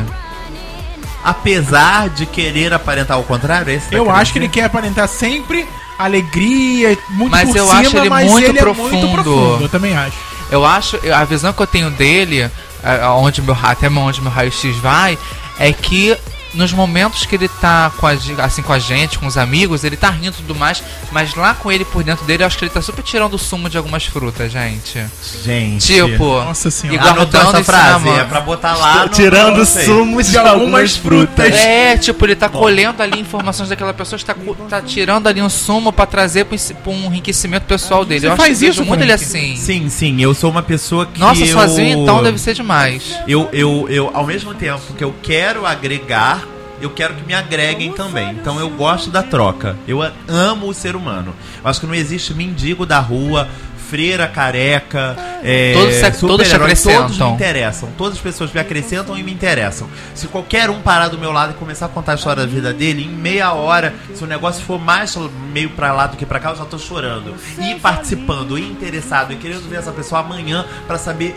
Speaker 3: apesar de querer aparentar o contrário, esse tá
Speaker 1: Eu
Speaker 3: querendo
Speaker 1: acho que ele
Speaker 3: dizer?
Speaker 1: quer aparentar sempre alegria, muito
Speaker 4: Mas
Speaker 1: por
Speaker 4: eu
Speaker 1: cima,
Speaker 4: acho ele
Speaker 1: mas
Speaker 4: muito
Speaker 1: ele é muito
Speaker 4: profundo.
Speaker 1: profundo. Eu também acho.
Speaker 4: Eu acho, eu- a visão que eu tenho dele, a- aonde meu ra- até onde meu raio-x vai, é que nos momentos que ele tá com a, ge- assim, com a gente, com os amigos, ele tá rindo e tudo mais, mas lá com ele por dentro dele, eu acho que ele tá super tirando o sumo de algumas frutas, gente.
Speaker 3: Gente.
Speaker 4: Tipo,
Speaker 1: Nossa senhora.
Speaker 4: e
Speaker 3: Anotou
Speaker 4: guardando
Speaker 3: essa
Speaker 4: isso
Speaker 3: frase,
Speaker 4: na mão.
Speaker 3: é pra botar lá. no-
Speaker 2: Tirando
Speaker 3: não sei.
Speaker 2: sumos de algumas frutas.
Speaker 4: É, tipo, ele tá colhendo ali informações daquela pessoa, está co- tá tirando ali um sumo pra trazer pro ensi- pra um enriquecimento pessoal dele.
Speaker 1: Você
Speaker 4: eu
Speaker 1: faz
Speaker 4: acho que eu vejo
Speaker 1: isso,
Speaker 4: muito ele
Speaker 1: Frank?
Speaker 4: assim.
Speaker 3: Sim, sim, eu sou uma pessoa que.
Speaker 4: Nossa,
Speaker 3: eu...
Speaker 4: sozinho então deve ser demais.
Speaker 3: Eu, eu, eu, ao mesmo tempo que eu quero agregar, eu quero que me agreguem também. Então eu gosto da troca. Eu a- amo o ser humano. Eu acho que não existe mendigo da rua, freira careca, é,
Speaker 4: Todos se- todos te
Speaker 3: super-herói, Todos me
Speaker 4: acrescentam.
Speaker 3: interessam. Todas as pessoas me acrescentam e me interessam. Se qualquer um parar do meu lado e começar a contar a história da vida dele, em meia hora, se o negócio for mais meio pra lá do que pra cá, eu já tô chorando. E participando, e interessado, e querendo ver essa pessoa amanhã pra saber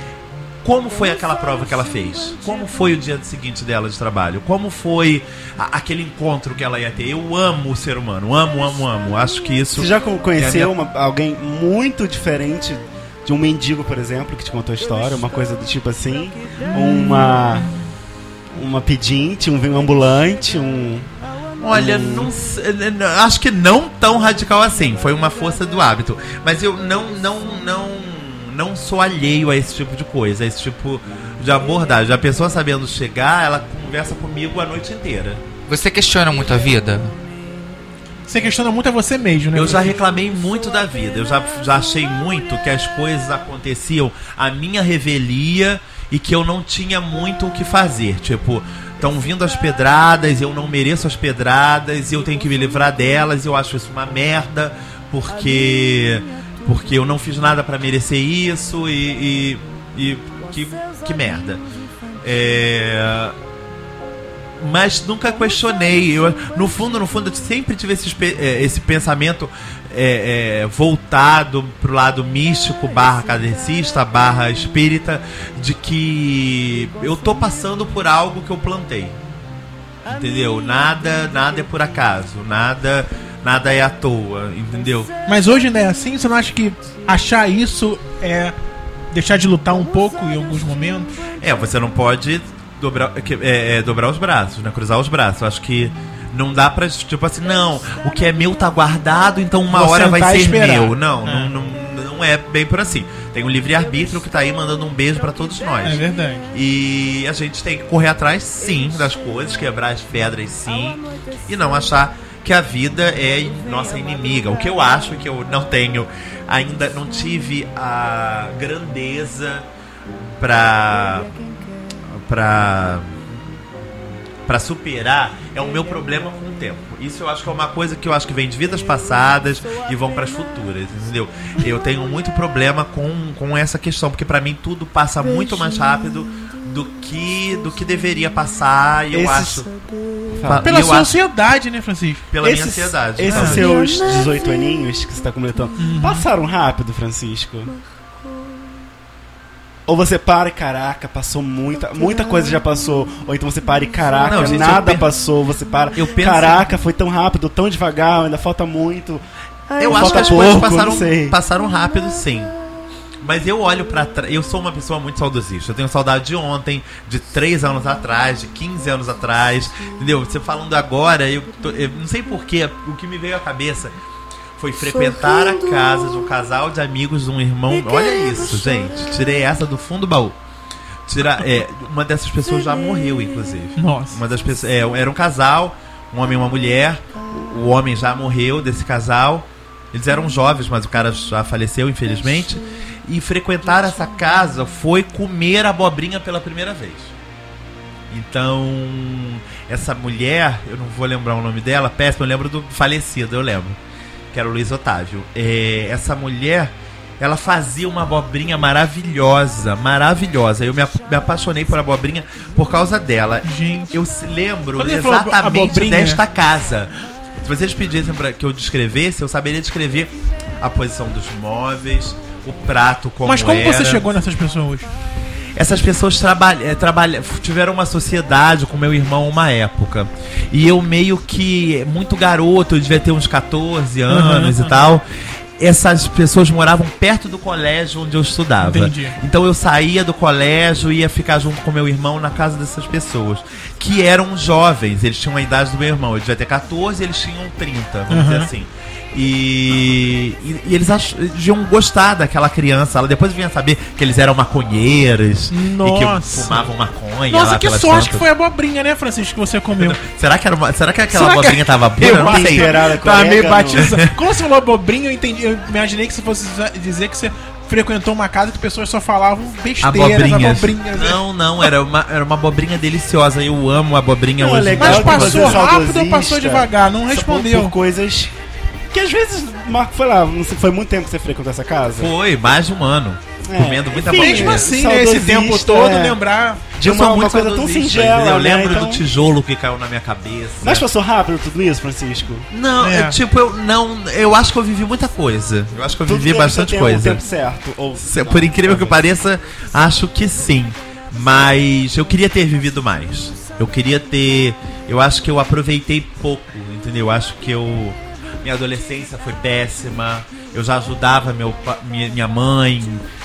Speaker 3: como foi aquela prova que ela fez? Como foi o dia seguinte dela de trabalho? Como foi a- aquele encontro que ela ia ter? Eu amo o ser humano, amo, amo, amo. Acho que isso.
Speaker 2: Você já co- conheceu
Speaker 3: É a
Speaker 2: uma- alguém muito diferente de um mendigo, por exemplo, que te contou a história, uma coisa do tipo assim? Uma. Uma pedinte, um vinho ambulante, um.
Speaker 3: Olha, não sei- n- n- acho que não tão radical assim. Foi uma força do hábito. Mas eu não, não, não, não sou alheio a esse tipo de coisa, a esse tipo de abordagem. A pessoa sabendo chegar, ela conversa comigo a noite inteira.
Speaker 4: Você questiona muito a vida?
Speaker 1: Você questiona muito é você mesmo, né?
Speaker 3: Eu já reclamei muito da vida. Eu já, já achei muito que as coisas aconteciam à minha revelia e que eu não tinha muito o que fazer. Tipo, estão vindo as pedradas, eu não mereço as pedradas, eu tenho que me livrar delas, eu acho isso uma merda, porque. Porque eu não fiz nada pra merecer isso e. e, e que, que merda. É mas nunca questionei. Eu, no fundo, no fundo, eu sempre tive esse, espe- eh, esse pensamento eh, eh, voltado pro lado místico, barra cadecista, barra espírita, de que eu tô passando por algo que eu plantei. Entendeu? Nada, nada é por acaso, nada nada é à toa, entendeu?
Speaker 1: Mas hoje ainda é assim? Você não acha que achar isso é deixar de lutar um pouco em alguns momentos?
Speaker 3: É, você não pode dobrar, que- é, é, dobrar os braços, né? Cruzar os braços. Acho que não dá pra, tipo assim, não, o que é meu tá guardado, então uma
Speaker 1: Vou
Speaker 3: hora vai
Speaker 1: sentar e
Speaker 3: ser
Speaker 1: esperar.
Speaker 3: meu. Não,
Speaker 1: tá É.
Speaker 3: não, não, não é bem por assim. Tem um livre-arbítrio que tá aí mandando um beijo pra todos nós.
Speaker 1: É verdade.
Speaker 3: E a gente tem que correr atrás, sim, das coisas, quebrar as pedras, sim, e não achar que a vida é nossa inimiga. O que eu acho que eu não tenho, ainda não tive a grandeza pra. pra. pra superar, é o meu problema com o tempo. Isso eu acho que é uma coisa que eu acho que vem de vidas passadas e vão pras futuras, entendeu? Eu tenho muito problema com, com essa questão, porque pra mim tudo passa muito mais rápido do que do que deveria passar, e eu
Speaker 2: Esses-
Speaker 3: acho
Speaker 2: Fala.
Speaker 1: Pela
Speaker 3: eu
Speaker 1: sua
Speaker 3: acho-
Speaker 1: ansiedade, né, Francisco?
Speaker 3: pela minha
Speaker 2: Esses-
Speaker 3: ansiedade. né? Uhum.
Speaker 2: Esses
Speaker 3: talvez.
Speaker 2: seus 18 aninhos que você tá completando, passaram rápido, Francisco? Ou você para e caraca, passou muita, muita coisa já passou. Ou então você para e caraca,
Speaker 3: Não, gente, eu
Speaker 2: nada
Speaker 3: pe-
Speaker 2: passou, você para.
Speaker 3: Eu penso-
Speaker 2: Caraca, foi tão rápido, tão devagar, ainda falta muito. Ai,
Speaker 3: Eu acho que
Speaker 2: falta
Speaker 3: as coisas
Speaker 2: pouco,
Speaker 3: passaram,
Speaker 2: não sei.
Speaker 3: passaram rápido, sim. Mas eu olho pra trás. Eu sou uma pessoa muito saudosista. Eu tenho saudade de ontem, de 3 anos atrás, de 15 anos atrás. Entendeu? Você falando agora, eu, tô- eu não sei porquê, o que me veio à cabeça foi frequentar a casa de um casal de amigos de um irmão. Olha isso, gente. Tirei essa do fundo do baú. Tira, é, uma dessas pessoas já morreu, inclusive.
Speaker 1: Nossa.
Speaker 3: Uma das pessoas, é, era um casal, um homem e uma mulher. O homem já morreu desse casal. Eles eram jovens, mas o cara já faleceu, infelizmente. E frequentar essa casa foi comer abobrinha pela primeira vez. Então, essa mulher, eu não vou lembrar o nome dela, péssimo, eu lembro do falecido, eu lembro. Que era o Luiz Otávio. É, essa mulher, ela fazia uma abobrinha maravilhosa, maravilhosa. Eu me, ap- me apaixonei por abobrinha por causa dela.
Speaker 1: Gente.
Speaker 3: Eu se lembro
Speaker 1: Quando ele falou
Speaker 3: exatamente
Speaker 1: abobrinha-
Speaker 3: desta casa. Se vocês pedissem para que eu descrevesse, eu saberia descrever a posição dos móveis, o prato como
Speaker 1: Mas como
Speaker 3: era.
Speaker 1: você chegou nessas pessoas?
Speaker 3: Essas pessoas trabalha, eh, trabalha, f- tiveram uma sociedade com meu irmão uma época. E eu meio que, muito garoto, eu devia ter uns 14 anos e tal. Essas pessoas moravam perto do colégio onde eu estudava.
Speaker 1: Entendi.
Speaker 3: Então eu saía do colégio e ia ficar junto com meu irmão na casa dessas pessoas. Que eram jovens, eles tinham a idade do meu irmão. Eu devia ter 14 eles tinham 30, vamos dizer assim. E, e, e eles ach- eles iam gostar daquela criança. Ela depois vinha saber que eles eram maconheiros e que
Speaker 1: Nossa.
Speaker 3: fumavam maconha.
Speaker 1: Nossa,
Speaker 3: lá
Speaker 1: que
Speaker 3: pelas
Speaker 1: sorte que
Speaker 3: tantas.
Speaker 1: foi a abobrinha, né, Francisco, que você comeu.
Speaker 3: Será que, era uma- será que aquela
Speaker 1: Será que-
Speaker 3: abobrinha tava boa? Eu
Speaker 2: Eu
Speaker 3: não
Speaker 2: acho
Speaker 3: sei.
Speaker 2: que era
Speaker 1: Tá
Speaker 2: a né, colega,
Speaker 1: meio
Speaker 2: não.
Speaker 1: batizado. Quando você falou abobrinha, eu entendi. Eu imaginei que você fosse dizer que você frequentou uma casa que pessoas só falavam besteiras, abobrinhas. né?
Speaker 3: Abobrinhas. Não, não, era uma, era uma abobrinha deliciosa. Eu amo abobrinha
Speaker 2: Não, é
Speaker 3: hoje. em
Speaker 2: legal
Speaker 1: Mas
Speaker 3: dia.
Speaker 2: que você
Speaker 1: passou
Speaker 2: é
Speaker 1: rápido ou
Speaker 2: saudosista.
Speaker 1: passou devagar? Não
Speaker 2: Só um por- Por
Speaker 1: respondeu.
Speaker 2: coisas. Que às vezes, Marco, foi lá, não sei, foi muito tempo que você frequentou essa casa?
Speaker 3: Foi, mais de um ano.
Speaker 2: É,
Speaker 3: Comendo muita
Speaker 2: enfim,
Speaker 3: abobrinha.
Speaker 1: Mesmo assim, né, esse
Speaker 2: Saudosista,
Speaker 1: tempo todo,
Speaker 2: é.
Speaker 1: lembrar.
Speaker 2: De
Speaker 3: Eu sou
Speaker 2: uma, uma
Speaker 3: muito
Speaker 2: coisa tão
Speaker 3: saudosista,
Speaker 2: singela.
Speaker 3: entendeu? Eu
Speaker 2: né?
Speaker 3: lembro
Speaker 2: Então-
Speaker 3: do tijolo que caiu na minha cabeça.
Speaker 2: Mas passou rápido tudo isso, Francisco?
Speaker 3: não,
Speaker 1: É.
Speaker 3: eu, tipo, eu não. Eu acho que eu vivi muita coisa. Eu acho que eu
Speaker 2: Tudo
Speaker 3: vivi
Speaker 2: dentro do
Speaker 3: bastante
Speaker 2: tempo-
Speaker 3: coisa.
Speaker 2: um tempo certo. Ou,
Speaker 3: Se- Por incrível que pareça, acho que sim. Mas eu queria ter vivido mais. Eu queria ter. Eu acho que eu aproveitei pouco, entendeu? Eu acho que eu. Minha adolescência foi péssima. Eu já ajudava meu, pa- minha, minha mãe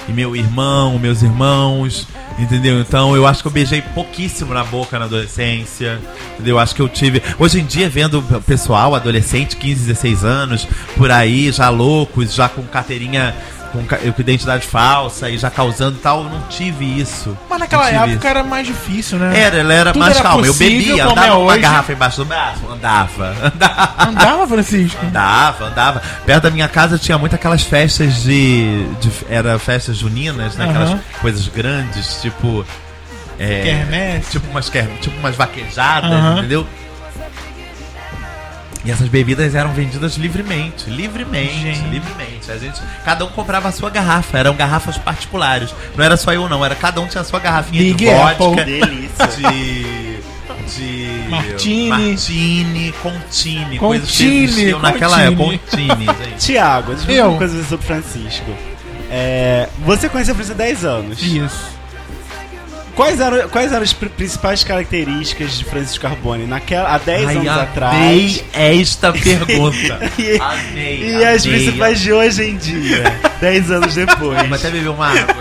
Speaker 3: e meu irmão, meus irmãos, entendeu? Então eu acho que eu beijei pouquíssimo na boca na adolescência, entendeu? Eu acho que eu tive. Hoje em dia, vendo o pessoal, adolescente, 15, 16 anos, por aí, já loucos, já com carteirinha com, ca- com identidade falsa e já causando tal, eu não tive isso. É.
Speaker 1: Mas naquela
Speaker 3: Não tive
Speaker 1: época era mais difícil,
Speaker 3: isso.
Speaker 1: né?
Speaker 3: Era, ela era
Speaker 1: Tudo
Speaker 3: mais
Speaker 1: era
Speaker 3: calma. Eu
Speaker 1: possível,
Speaker 3: bebia,
Speaker 1: como
Speaker 3: andava
Speaker 1: é
Speaker 3: com uma
Speaker 1: hoje.
Speaker 3: garrafa embaixo do braço. Andava, andava,
Speaker 1: Andava, Francisco?
Speaker 3: andava, andava. Perto da minha casa tinha muito aquelas festas de. de- era festas juninas, né? Aquelas
Speaker 1: Aham.
Speaker 3: coisas grandes, tipo. é,
Speaker 1: Quermesse.
Speaker 3: tipo umas, quer- tipo umas vaquejadas,
Speaker 1: Aham.
Speaker 3: entendeu? E essas bebidas eram vendidas livremente, livremente,
Speaker 1: Gente.
Speaker 3: livremente. A gente, cada um comprava a sua garrafa, eram garrafas particulares. Não era só eu não, era cada um tinha a sua garrafinha
Speaker 1: Big
Speaker 3: de vodka,
Speaker 1: Apple.
Speaker 2: Delícia.
Speaker 3: de de
Speaker 1: Martini.
Speaker 3: martini, contini, coisas que
Speaker 1: Contini,
Speaker 3: existiam naquela época,
Speaker 1: contini.
Speaker 3: contini, gente.
Speaker 2: Tiago, deixa eu
Speaker 1: Eu.
Speaker 2: falar uma coisa sobre Francisco. É, você conheceu o Francisco há 10 anos.
Speaker 1: Isso.
Speaker 2: Quais eram, quais eram as pri- principais características de Francisco Carbone naquela, há 10
Speaker 3: Ai,
Speaker 2: anos
Speaker 3: amei
Speaker 2: atrás?
Speaker 3: esta pergunta.
Speaker 2: E,
Speaker 3: amei,
Speaker 2: e as
Speaker 3: amei.
Speaker 2: principais de hoje em dia, 10 anos depois.
Speaker 3: Vou até beber uma água.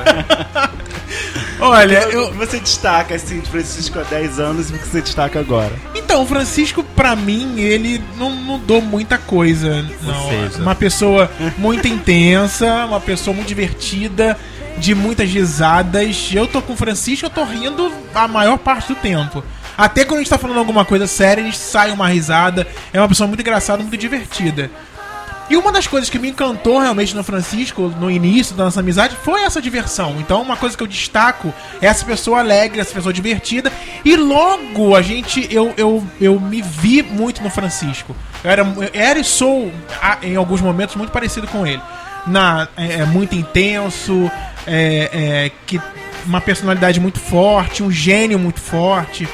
Speaker 1: Olha,
Speaker 2: O
Speaker 1: eu,
Speaker 2: que você destaca assim de Francisco há 10 anos e o que você destaca agora?
Speaker 1: Então, o Francisco, pra mim, ele não mudou muita coisa. Não.
Speaker 3: seja-
Speaker 1: Uma pessoa muito intensa, uma pessoa muito divertida, de muitas risadas. Eu tô com o Francisco, eu tô rindo a maior parte do tempo. Até quando a gente tá falando alguma coisa séria, a gente sai uma risada. É uma pessoa muito engraçada, muito divertida. E uma das coisas que me encantou realmente no Francisco, no início da nossa amizade, foi essa diversão. Então, uma coisa que eu destaco é essa pessoa alegre, essa pessoa divertida. E logo a gente, eu, eu, eu me vi muito no Francisco. Eu era, eu era e sou, a- em alguns momentos, muito parecido com ele. Na, é, é muito intenso, é, é, que uma personalidade muito forte, um gênio muito forte.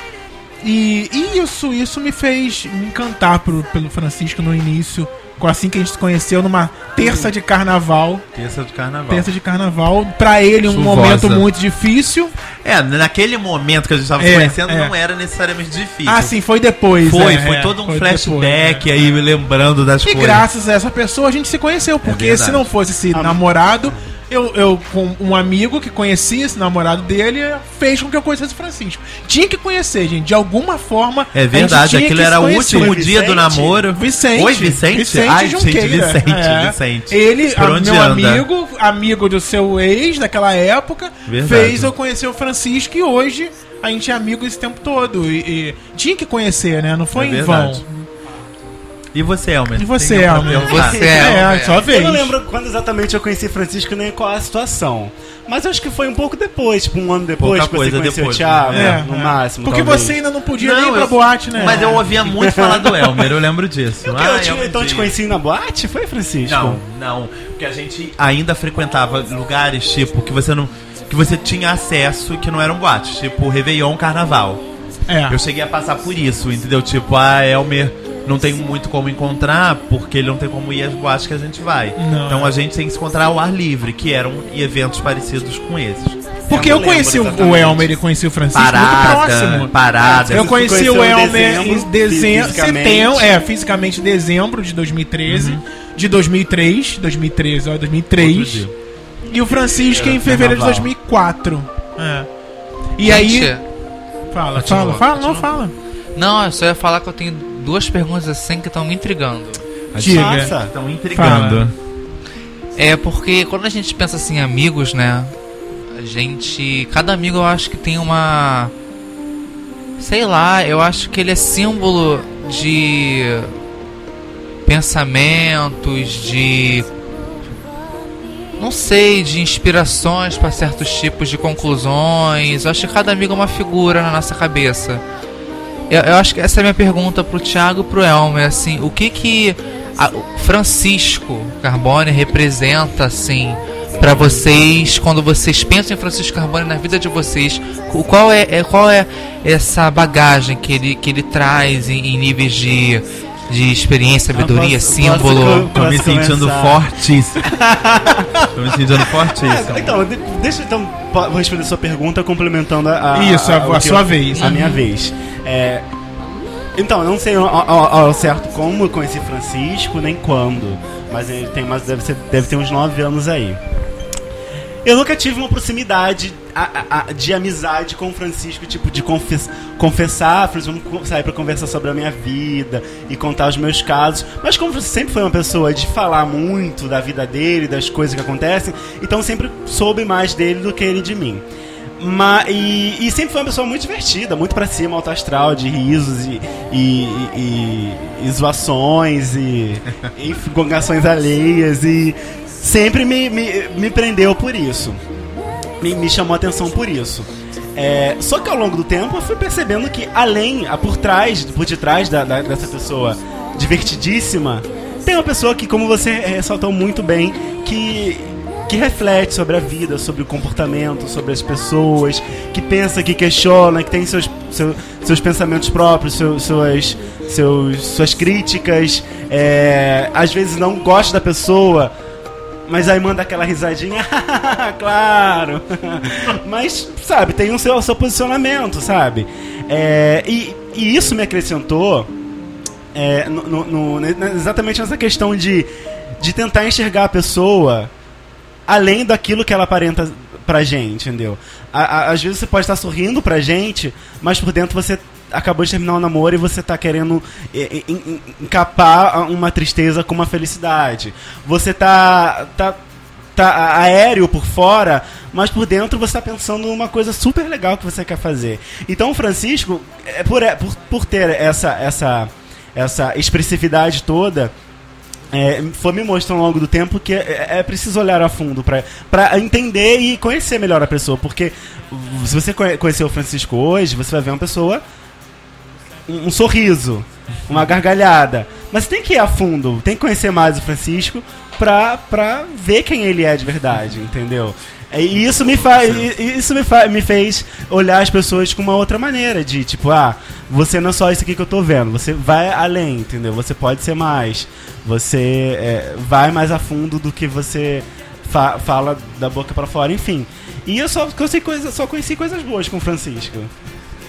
Speaker 1: E, e isso, isso me fez me encantar pro- pelo Francisco no início, com- assim que a gente se conheceu numa terça de carnaval.
Speaker 3: Terça do carnaval.
Speaker 1: Terça de carnaval, pra ele um
Speaker 3: Chuvosa.
Speaker 1: momento muito difícil.
Speaker 3: É, naquele momento que a gente tava se
Speaker 1: É,
Speaker 3: conhecendo,
Speaker 1: é.
Speaker 3: não era necessariamente difícil.
Speaker 1: Ah, sim, foi depois.
Speaker 3: Foi,
Speaker 1: é,
Speaker 3: foi
Speaker 1: é,
Speaker 3: todo um
Speaker 1: foi
Speaker 3: flashback
Speaker 1: depois, é.
Speaker 3: aí, me lembrando das
Speaker 1: E
Speaker 3: coisas.
Speaker 1: graças a essa pessoa a gente se conheceu, porque
Speaker 3: É verdade.
Speaker 1: se não fosse esse
Speaker 2: Ah,
Speaker 1: namorado, eu, eu com um amigo que conhecia esse namorado dele, fez com que eu conhecesse o Francisco. Tinha que conhecer, gente, de alguma forma. a
Speaker 3: É
Speaker 1: gente
Speaker 3: verdade,
Speaker 1: tinha que
Speaker 3: aquilo
Speaker 1: se
Speaker 3: era o
Speaker 1: conhecer.
Speaker 3: último
Speaker 2: Foi
Speaker 3: dia do
Speaker 2: Vicente?
Speaker 3: namoro.
Speaker 1: Vicente.
Speaker 3: Oi, Vicente?
Speaker 1: Vicente
Speaker 3: Ai, gente,
Speaker 1: Junqueira.
Speaker 3: Vicente,
Speaker 1: É.
Speaker 3: Vicente.
Speaker 1: Ele,
Speaker 3: Por
Speaker 1: a-
Speaker 3: onde
Speaker 1: meu
Speaker 3: anda? É
Speaker 1: amigo, amigo do seu ex daquela época,
Speaker 3: Verdade.
Speaker 1: fez eu conhecer o Francisco e hoje a gente é amigo esse tempo todo. E, e tinha que conhecer, né? Não foi
Speaker 3: É
Speaker 1: em
Speaker 3: verdade.
Speaker 1: vão.
Speaker 3: E você, Elmer?
Speaker 1: E você,
Speaker 3: Tem Tá. alguma
Speaker 1: Elmer?
Speaker 3: pergunta?
Speaker 4: Você.
Speaker 1: É,
Speaker 4: É,
Speaker 1: só vez.
Speaker 2: Eu não lembro quando exatamente eu conheci Francisco nem qual a situação. Mas eu acho que foi um pouco depois, tipo um ano depois
Speaker 3: Pouca
Speaker 2: que você
Speaker 3: coisa
Speaker 2: conheceu
Speaker 3: depois,
Speaker 2: o Thiago,
Speaker 1: É,
Speaker 2: no
Speaker 1: é.
Speaker 2: máximo.
Speaker 1: Porque
Speaker 2: talvez.
Speaker 1: você ainda não podia nem ir
Speaker 3: eu-
Speaker 1: pra boate, né?
Speaker 3: Mas eu ouvia muito falar do Elmer, eu lembro disso.
Speaker 2: Eu,
Speaker 3: Ah,
Speaker 2: eu, tinha-
Speaker 3: Elmer
Speaker 2: então te
Speaker 3: Dias.
Speaker 2: conheci na boate? Foi, Francisco?
Speaker 3: Não, não. Porque a gente ainda frequentava lugares, tipo, que você não. que você tinha acesso e que não eram boates, tipo Réveillon Carnaval.
Speaker 1: É.
Speaker 3: Eu cheguei a passar por isso, entendeu? Tipo, ah, Elmer não tem muito como encontrar, porque ele não tem como ir às boates que a gente vai.
Speaker 1: Não.
Speaker 3: Então a gente tem que se encontrar ao ar livre, que eram eventos parecidos com esses.
Speaker 1: Porque
Speaker 2: Eu
Speaker 1: eu,
Speaker 2: não
Speaker 1: conheci
Speaker 2: lembro
Speaker 1: o
Speaker 2: exatamente.
Speaker 1: Elmer e conheci o Francisco muito
Speaker 3: Parada,
Speaker 1: próximo.
Speaker 3: parada.
Speaker 1: Eu conheci o
Speaker 2: conheceu em
Speaker 1: Elmer em
Speaker 2: dezembro,
Speaker 1: dezembro,
Speaker 2: fisicamente.
Speaker 1: setembro, é, fisicamente dezembro de 2013, de 2003, 2013, ó, 2003.
Speaker 3: Uhum. Outro
Speaker 1: E o Francisco em
Speaker 3: Era
Speaker 1: fevereiro de
Speaker 3: carnaval.
Speaker 1: 2004. É. E
Speaker 4: Gente,
Speaker 1: aí, fala,
Speaker 3: continua,
Speaker 1: fala, fala, não
Speaker 3: continua.
Speaker 1: fala.
Speaker 4: Não, eu só ia falar que eu tenho duas perguntas assim que estão me intrigando.
Speaker 3: Tá
Speaker 1: Diga.
Speaker 2: Nossa.
Speaker 3: Estão intrigando.
Speaker 4: É porque quando a gente pensa assim, em amigos, né? A gente. Cada amigo eu acho que tem uma. Sei lá, eu acho que ele é símbolo de. Pensamentos, de. Não sei, de inspirações para certos tipos de conclusões. Eu acho que cada amigo é uma figura na nossa cabeça. Eu, eu acho que essa é a minha pergunta pro Thiago e pro Elmer, assim, o que que a- o Francisco Carbone representa, assim, para vocês, quando vocês pensam em Francisco Carbone na vida de vocês, o- qual é, é- qual é essa bagagem que ele, que ele traz em, em níveis de, de experiência, sabedoria,
Speaker 2: posso-
Speaker 4: símbolo?
Speaker 2: posso-
Speaker 3: Tô me
Speaker 2: Posso
Speaker 3: sentindo
Speaker 2: começar?
Speaker 3: fortíssimo. Tô me sentindo fortíssimo.
Speaker 2: É, então, de- deixa então, po- vou responder sua pergunta complementando a, a-
Speaker 1: Isso, a-
Speaker 2: o
Speaker 1: a
Speaker 2: que
Speaker 1: sua
Speaker 2: eu-
Speaker 1: vez.
Speaker 2: A minha vez. É, então, eu não sei ao, ao- ao certo como eu conheci Francisco, nem quando. Mas ele tem mais, deve, ser- deve ter uns 9 anos aí. Eu nunca tive uma proximidade a- a- a- de amizade com o Francisco, tipo, de confes- confessar, Francisco, vamos con- sair pra conversar sobre a minha vida e contar os meus casos. Mas como você sempre foi uma pessoa de falar muito da vida dele, das coisas que acontecem, então sempre soube mais dele do que ele de mim. Ma e, e sempre foi uma pessoa muito divertida, muito pra cima, alto astral, de risos e, e, e, e zoações e, e gongações alheias e sempre me, me, me prendeu por isso. Me, me chamou a atenção por isso. É, só que ao longo do tempo eu fui percebendo que além, a- por trás, por detrás da- da- dessa pessoa divertidíssima, tem uma pessoa que, como você ressaltou muito bem, que, que reflete sobre a vida, sobre o comportamento, sobre as pessoas, que pensa, que questiona, que tem seus, seu- seus pensamentos próprios, seu- suas, seus, suas críticas, é, às vezes não gosta da pessoa, Mas aí manda aquela risadinha, claro. Mas, sabe, tem o seu, o seu posicionamento, sabe? É, e, e isso me acrescentou é, no- no- no- ne- ne- exatamente nessa questão de, de tentar enxergar a pessoa além daquilo que ela aparenta pra gente, entendeu? A- a- às vezes você pode estar sorrindo pra gente, mas por dentro você acabou de terminar um namoro e você tá querendo é, é, en- en- encapar a- uma tristeza com uma felicidade. Você tá, tá, tá a- aéreo por fora, mas por dentro você tá pensando numa coisa super legal que você quer fazer. Então o Francisco, é por, é, por, por ter essa, essa, essa expressividade toda, é, foi me mostrando ao longo do tempo que é, é- é preciso olhar a fundo pra- pra entender e conhecer melhor a pessoa. Porque se você conhe- conhecer o Francisco hoje, você vai ver uma pessoa. Um, um sorriso, uma gargalhada. Mas você tem que ir a fundo, tem que conhecer mais o Francisco pra, pra ver quem ele é de verdade, entendeu? É, E isso me faz. Isso me, fa me fez olhar as pessoas com uma outra maneira, de tipo, ah, você não é só isso aqui que eu tô vendo, você vai além, entendeu? Você pode ser mais. Você é, vai mais a fundo do que você fa- fala da boca pra fora, enfim. E eu só conheci, coisa, só conheci coisas boas com o Francisco.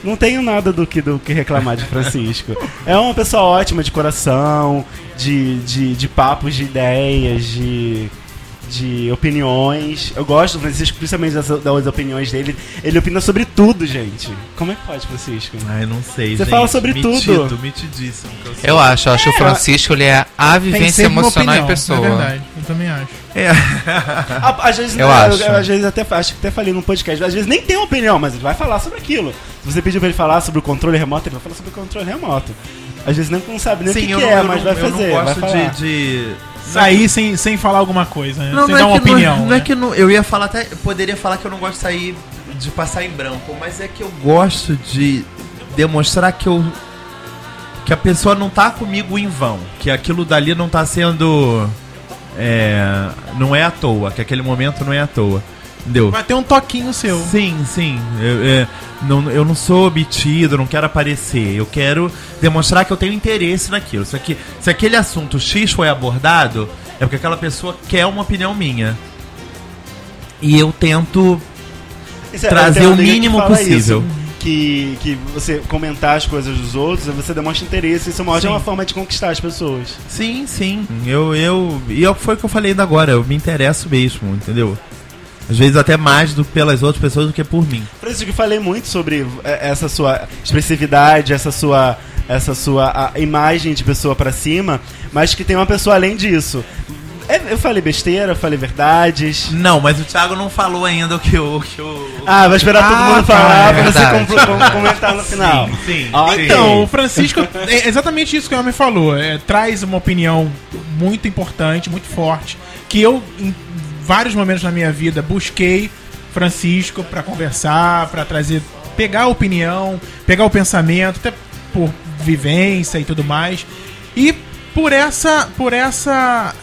Speaker 2: Não tenho nada do que, do que reclamar de Francisco. É uma pessoa ótima de coração, de, de, de papos, de ideias, de, de opiniões. Eu gosto do Francisco, principalmente das, das opiniões dele. Ele opina sobre tudo, gente. Como é que pode, Francisco?
Speaker 3: Ai, não sei,
Speaker 2: Você
Speaker 3: gente.
Speaker 2: fala sobre
Speaker 3: Metido,
Speaker 2: tudo.
Speaker 3: Metidíssimo. que eu sou.
Speaker 4: Eu acho, eu acho que o Francisco ele é a vivência emocional em
Speaker 1: É
Speaker 4: pessoa.
Speaker 1: verdade, eu também acho.
Speaker 3: É.
Speaker 2: Ah, Às vezes,
Speaker 4: Eu
Speaker 2: né,
Speaker 4: acho.
Speaker 2: às vezes até acho que até falei num podcast, às vezes nem tem uma opinião, mas ele vai falar sobre aquilo. Se você pedir pra ele falar sobre o controle remoto, ele vai falar sobre o controle remoto. Às vezes nem não sabe nem o que,
Speaker 3: Sim, assim, eu
Speaker 2: que
Speaker 3: não-
Speaker 2: é,
Speaker 3: eu
Speaker 2: mas vai
Speaker 3: não-
Speaker 2: fazer.
Speaker 3: Eu não gosto
Speaker 2: vai falar.
Speaker 3: de... de-
Speaker 1: Sair sem, sem falar alguma coisa, né?
Speaker 3: Não,
Speaker 1: sem
Speaker 3: não, é
Speaker 1: dar uma
Speaker 3: que,
Speaker 1: opinião.
Speaker 3: não, é- não
Speaker 1: né?
Speaker 3: é que não, eu ia falar até. Eu poderia falar que eu não gosto de sair de passar em branco, mas é que eu gosto de demonstrar que eu. Que a pessoa não tá comigo em vão. Que aquilo dali não tá sendo. É, não é à toa, que aquele momento não é à toa. Entendeu?
Speaker 1: Vai ter um toquinho seu.
Speaker 3: Sim, sim. Eu, é, não, eu não sou obtido, não quero aparecer. Eu quero demonstrar que eu tenho interesse naquilo. Se, aqui, se aquele assunto X foi abordado, é porque aquela pessoa quer uma opinião minha. E eu tento.
Speaker 2: Isso é-
Speaker 3: trazer
Speaker 2: tem uma
Speaker 3: o
Speaker 2: amiga que
Speaker 3: mínimo
Speaker 2: fala
Speaker 3: possível.
Speaker 2: isso, que, que você comentar as coisas dos outros, é você demonstra interesse, isso é uma
Speaker 3: Sim.
Speaker 2: ótima forma de conquistar as pessoas.
Speaker 3: Sim, sim. Eu, eu. E é o que foi o que eu falei ainda agora. Eu me interesso mesmo, entendeu? Às vezes até mais do, pelas outras pessoas do que por mim.
Speaker 2: Por isso que eu falei muito sobre é, essa sua expressividade, essa sua essa sua a, imagem de pessoa pra cima, mas que tem uma pessoa além disso. É, Eu falei besteira, eu falei verdades.
Speaker 3: Não, mas o Thiago não falou ainda o que eu. o Que eu...
Speaker 2: Ah, vai esperar todo
Speaker 1: Ah,
Speaker 2: mundo
Speaker 1: tá,
Speaker 2: falar pra
Speaker 4: é
Speaker 2: você
Speaker 4: verdade.
Speaker 2: compl- com- comentar no final.
Speaker 3: sim,
Speaker 2: Ah,
Speaker 3: sim.
Speaker 1: Então, o Francisco, é exatamente isso que o homem falou. É, traz uma opinião muito importante, muito forte, que eu, em vários momentos na minha vida, busquei Francisco pra conversar, pra trazer, pegar a opinião, pegar o pensamento, até por vivência e tudo mais. E por essa, por essa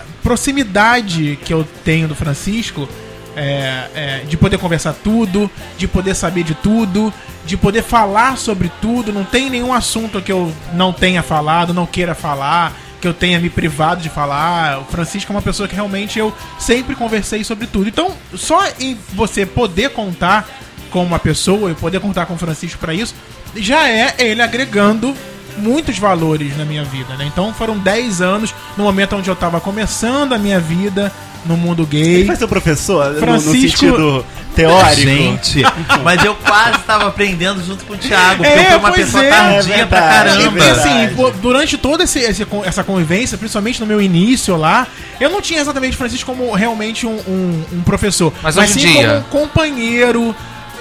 Speaker 1: proximidade que eu tenho do Francisco, é, é, de poder conversar tudo, de poder saber de tudo, de poder falar sobre tudo. Não tem nenhum assunto que eu não tenha falado, não queira falar, que eu tenha me privado de falar. O Francisco é uma pessoa que realmente eu sempre conversei sobre tudo. Então, só em você poder contar com uma pessoa e poder contar com o Francisco pra isso, já é ele agregando muitos valores na minha vida, né? Então foram 10 anos no momento onde eu tava começando a minha vida no mundo
Speaker 2: Ele
Speaker 1: gay.
Speaker 4: é
Speaker 2: vai ser o professor no- no
Speaker 1: Francisco-
Speaker 2: sentido teórico.
Speaker 3: Gente, mas eu quase tava aprendendo junto com o Thiago, porque
Speaker 1: É,
Speaker 3: eu fui uma
Speaker 1: pois
Speaker 3: pessoa
Speaker 1: é.
Speaker 3: tardia
Speaker 2: É
Speaker 3: pra
Speaker 2: verdade,
Speaker 3: caramba.
Speaker 1: E
Speaker 2: é
Speaker 1: assim,
Speaker 2: verdade.
Speaker 1: pô, durante toda esse, esse con- essa convivência, principalmente no meu início lá, eu não tinha exatamente o Francisco como realmente um, um- um professor.
Speaker 4: Mas hoje em
Speaker 1: sim
Speaker 4: dia?
Speaker 1: como um companheiro.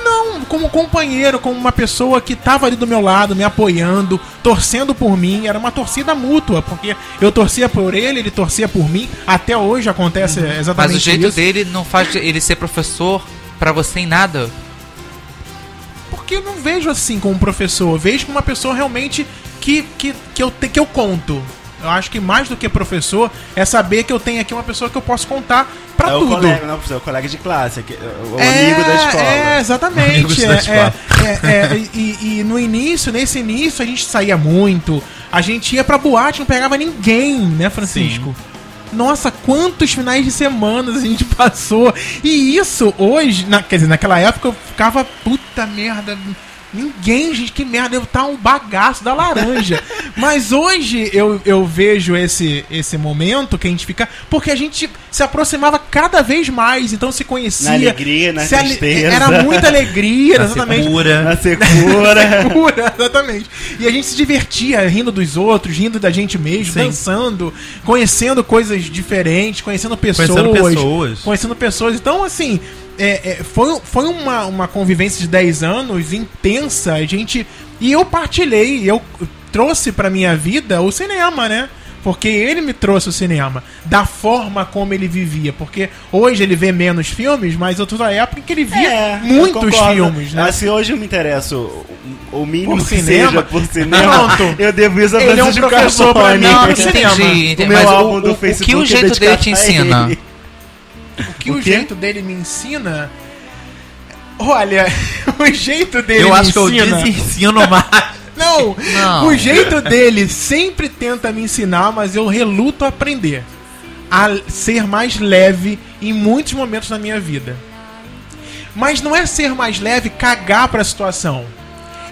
Speaker 1: Não, como um companheiro, como uma pessoa que tava ali do meu lado, me apoiando, torcendo por mim. Era uma torcida mútua, porque eu torcia por ele, ele torcia por mim. Até hoje acontece exatamente
Speaker 4: Uhum. Mas o jeito
Speaker 1: isso.
Speaker 4: dele não faz ele ser professor pra você em nada.
Speaker 1: Porque eu não vejo assim como professor, eu vejo como uma pessoa realmente que, que, que, eu, te, que eu conto. Eu acho que mais do que professor é saber que eu tenho aqui uma pessoa que eu posso contar pra
Speaker 2: É o
Speaker 1: tudo.
Speaker 2: colega, não, professor, é o colega de classe, é que- é o amigo da escola.
Speaker 1: É, exatamente.
Speaker 3: Amigos da
Speaker 1: é,
Speaker 3: escola.
Speaker 1: é, é, é, e, e no início, nesse início, a gente saía muito, a gente ia pra boate, não pegava ninguém, né, Francisco? Nossa, quantos finais de semana a gente passou. E isso hoje, na, quer dizer, naquela época eu ficava puta merda. Ninguém, gente, que merda, eu tá um bagaço da laranja. Mas hoje eu, eu vejo esse, esse momento que a gente fica. Porque a gente se aproximava cada vez mais, então se conhecia.
Speaker 2: Na alegria, na
Speaker 1: se ale-
Speaker 2: tristeza.
Speaker 1: Era muita alegria,
Speaker 3: Na
Speaker 1: exatamente.
Speaker 3: secura.
Speaker 2: Na secura.
Speaker 1: Pura, exatamente. E a gente se divertia rindo dos outros, rindo da gente mesmo,
Speaker 3: Sim.
Speaker 1: dançando, conhecendo coisas diferentes, conhecendo pessoas.
Speaker 3: Conhecendo pessoas.
Speaker 1: Conhecendo pessoas. Então, assim, é, é, foi, foi uma, uma convivência de 10 anos intensa. A gente. E eu partilhei, eu trouxe pra minha vida o cinema, né? Porque ele me trouxe o cinema, da forma como ele vivia. Porque hoje ele vê menos filmes, mas eu tô na época em que ele via
Speaker 2: É, eu
Speaker 1: muitos
Speaker 2: concordo.
Speaker 1: filmes, né?
Speaker 2: Mas se hoje eu me interesso o- o mínimo
Speaker 1: Por
Speaker 2: que
Speaker 1: cinema.
Speaker 2: seja por cinema,
Speaker 1: Pronto.
Speaker 2: eu devo isso a
Speaker 1: Ele é um
Speaker 2: Francisco
Speaker 1: professor pra
Speaker 2: Carbone.
Speaker 1: mim. Não,
Speaker 4: eu
Speaker 1: cinema.
Speaker 4: entendi,
Speaker 2: é O
Speaker 4: entendi.
Speaker 2: meu
Speaker 4: Mas
Speaker 2: álbum
Speaker 4: o,
Speaker 2: do
Speaker 4: o- o
Speaker 2: Facebook
Speaker 4: que o
Speaker 2: é
Speaker 4: jeito dele
Speaker 2: dedicado
Speaker 4: te
Speaker 2: a
Speaker 4: ensina?
Speaker 2: ele.
Speaker 1: O que
Speaker 2: O
Speaker 1: o,
Speaker 2: quê?
Speaker 1: jeito dele me ensina. Olha, o jeito dele
Speaker 3: Eu
Speaker 1: me
Speaker 3: acho que eu
Speaker 1: ensina.
Speaker 3: desensino mais.
Speaker 1: Não,
Speaker 4: Não.
Speaker 1: o jeito dele sempre tenta me ensinar, mas eu reluto a aprender a ser mais leve em muitos momentos da minha vida. Mas não é ser mais leve cagar pra situação.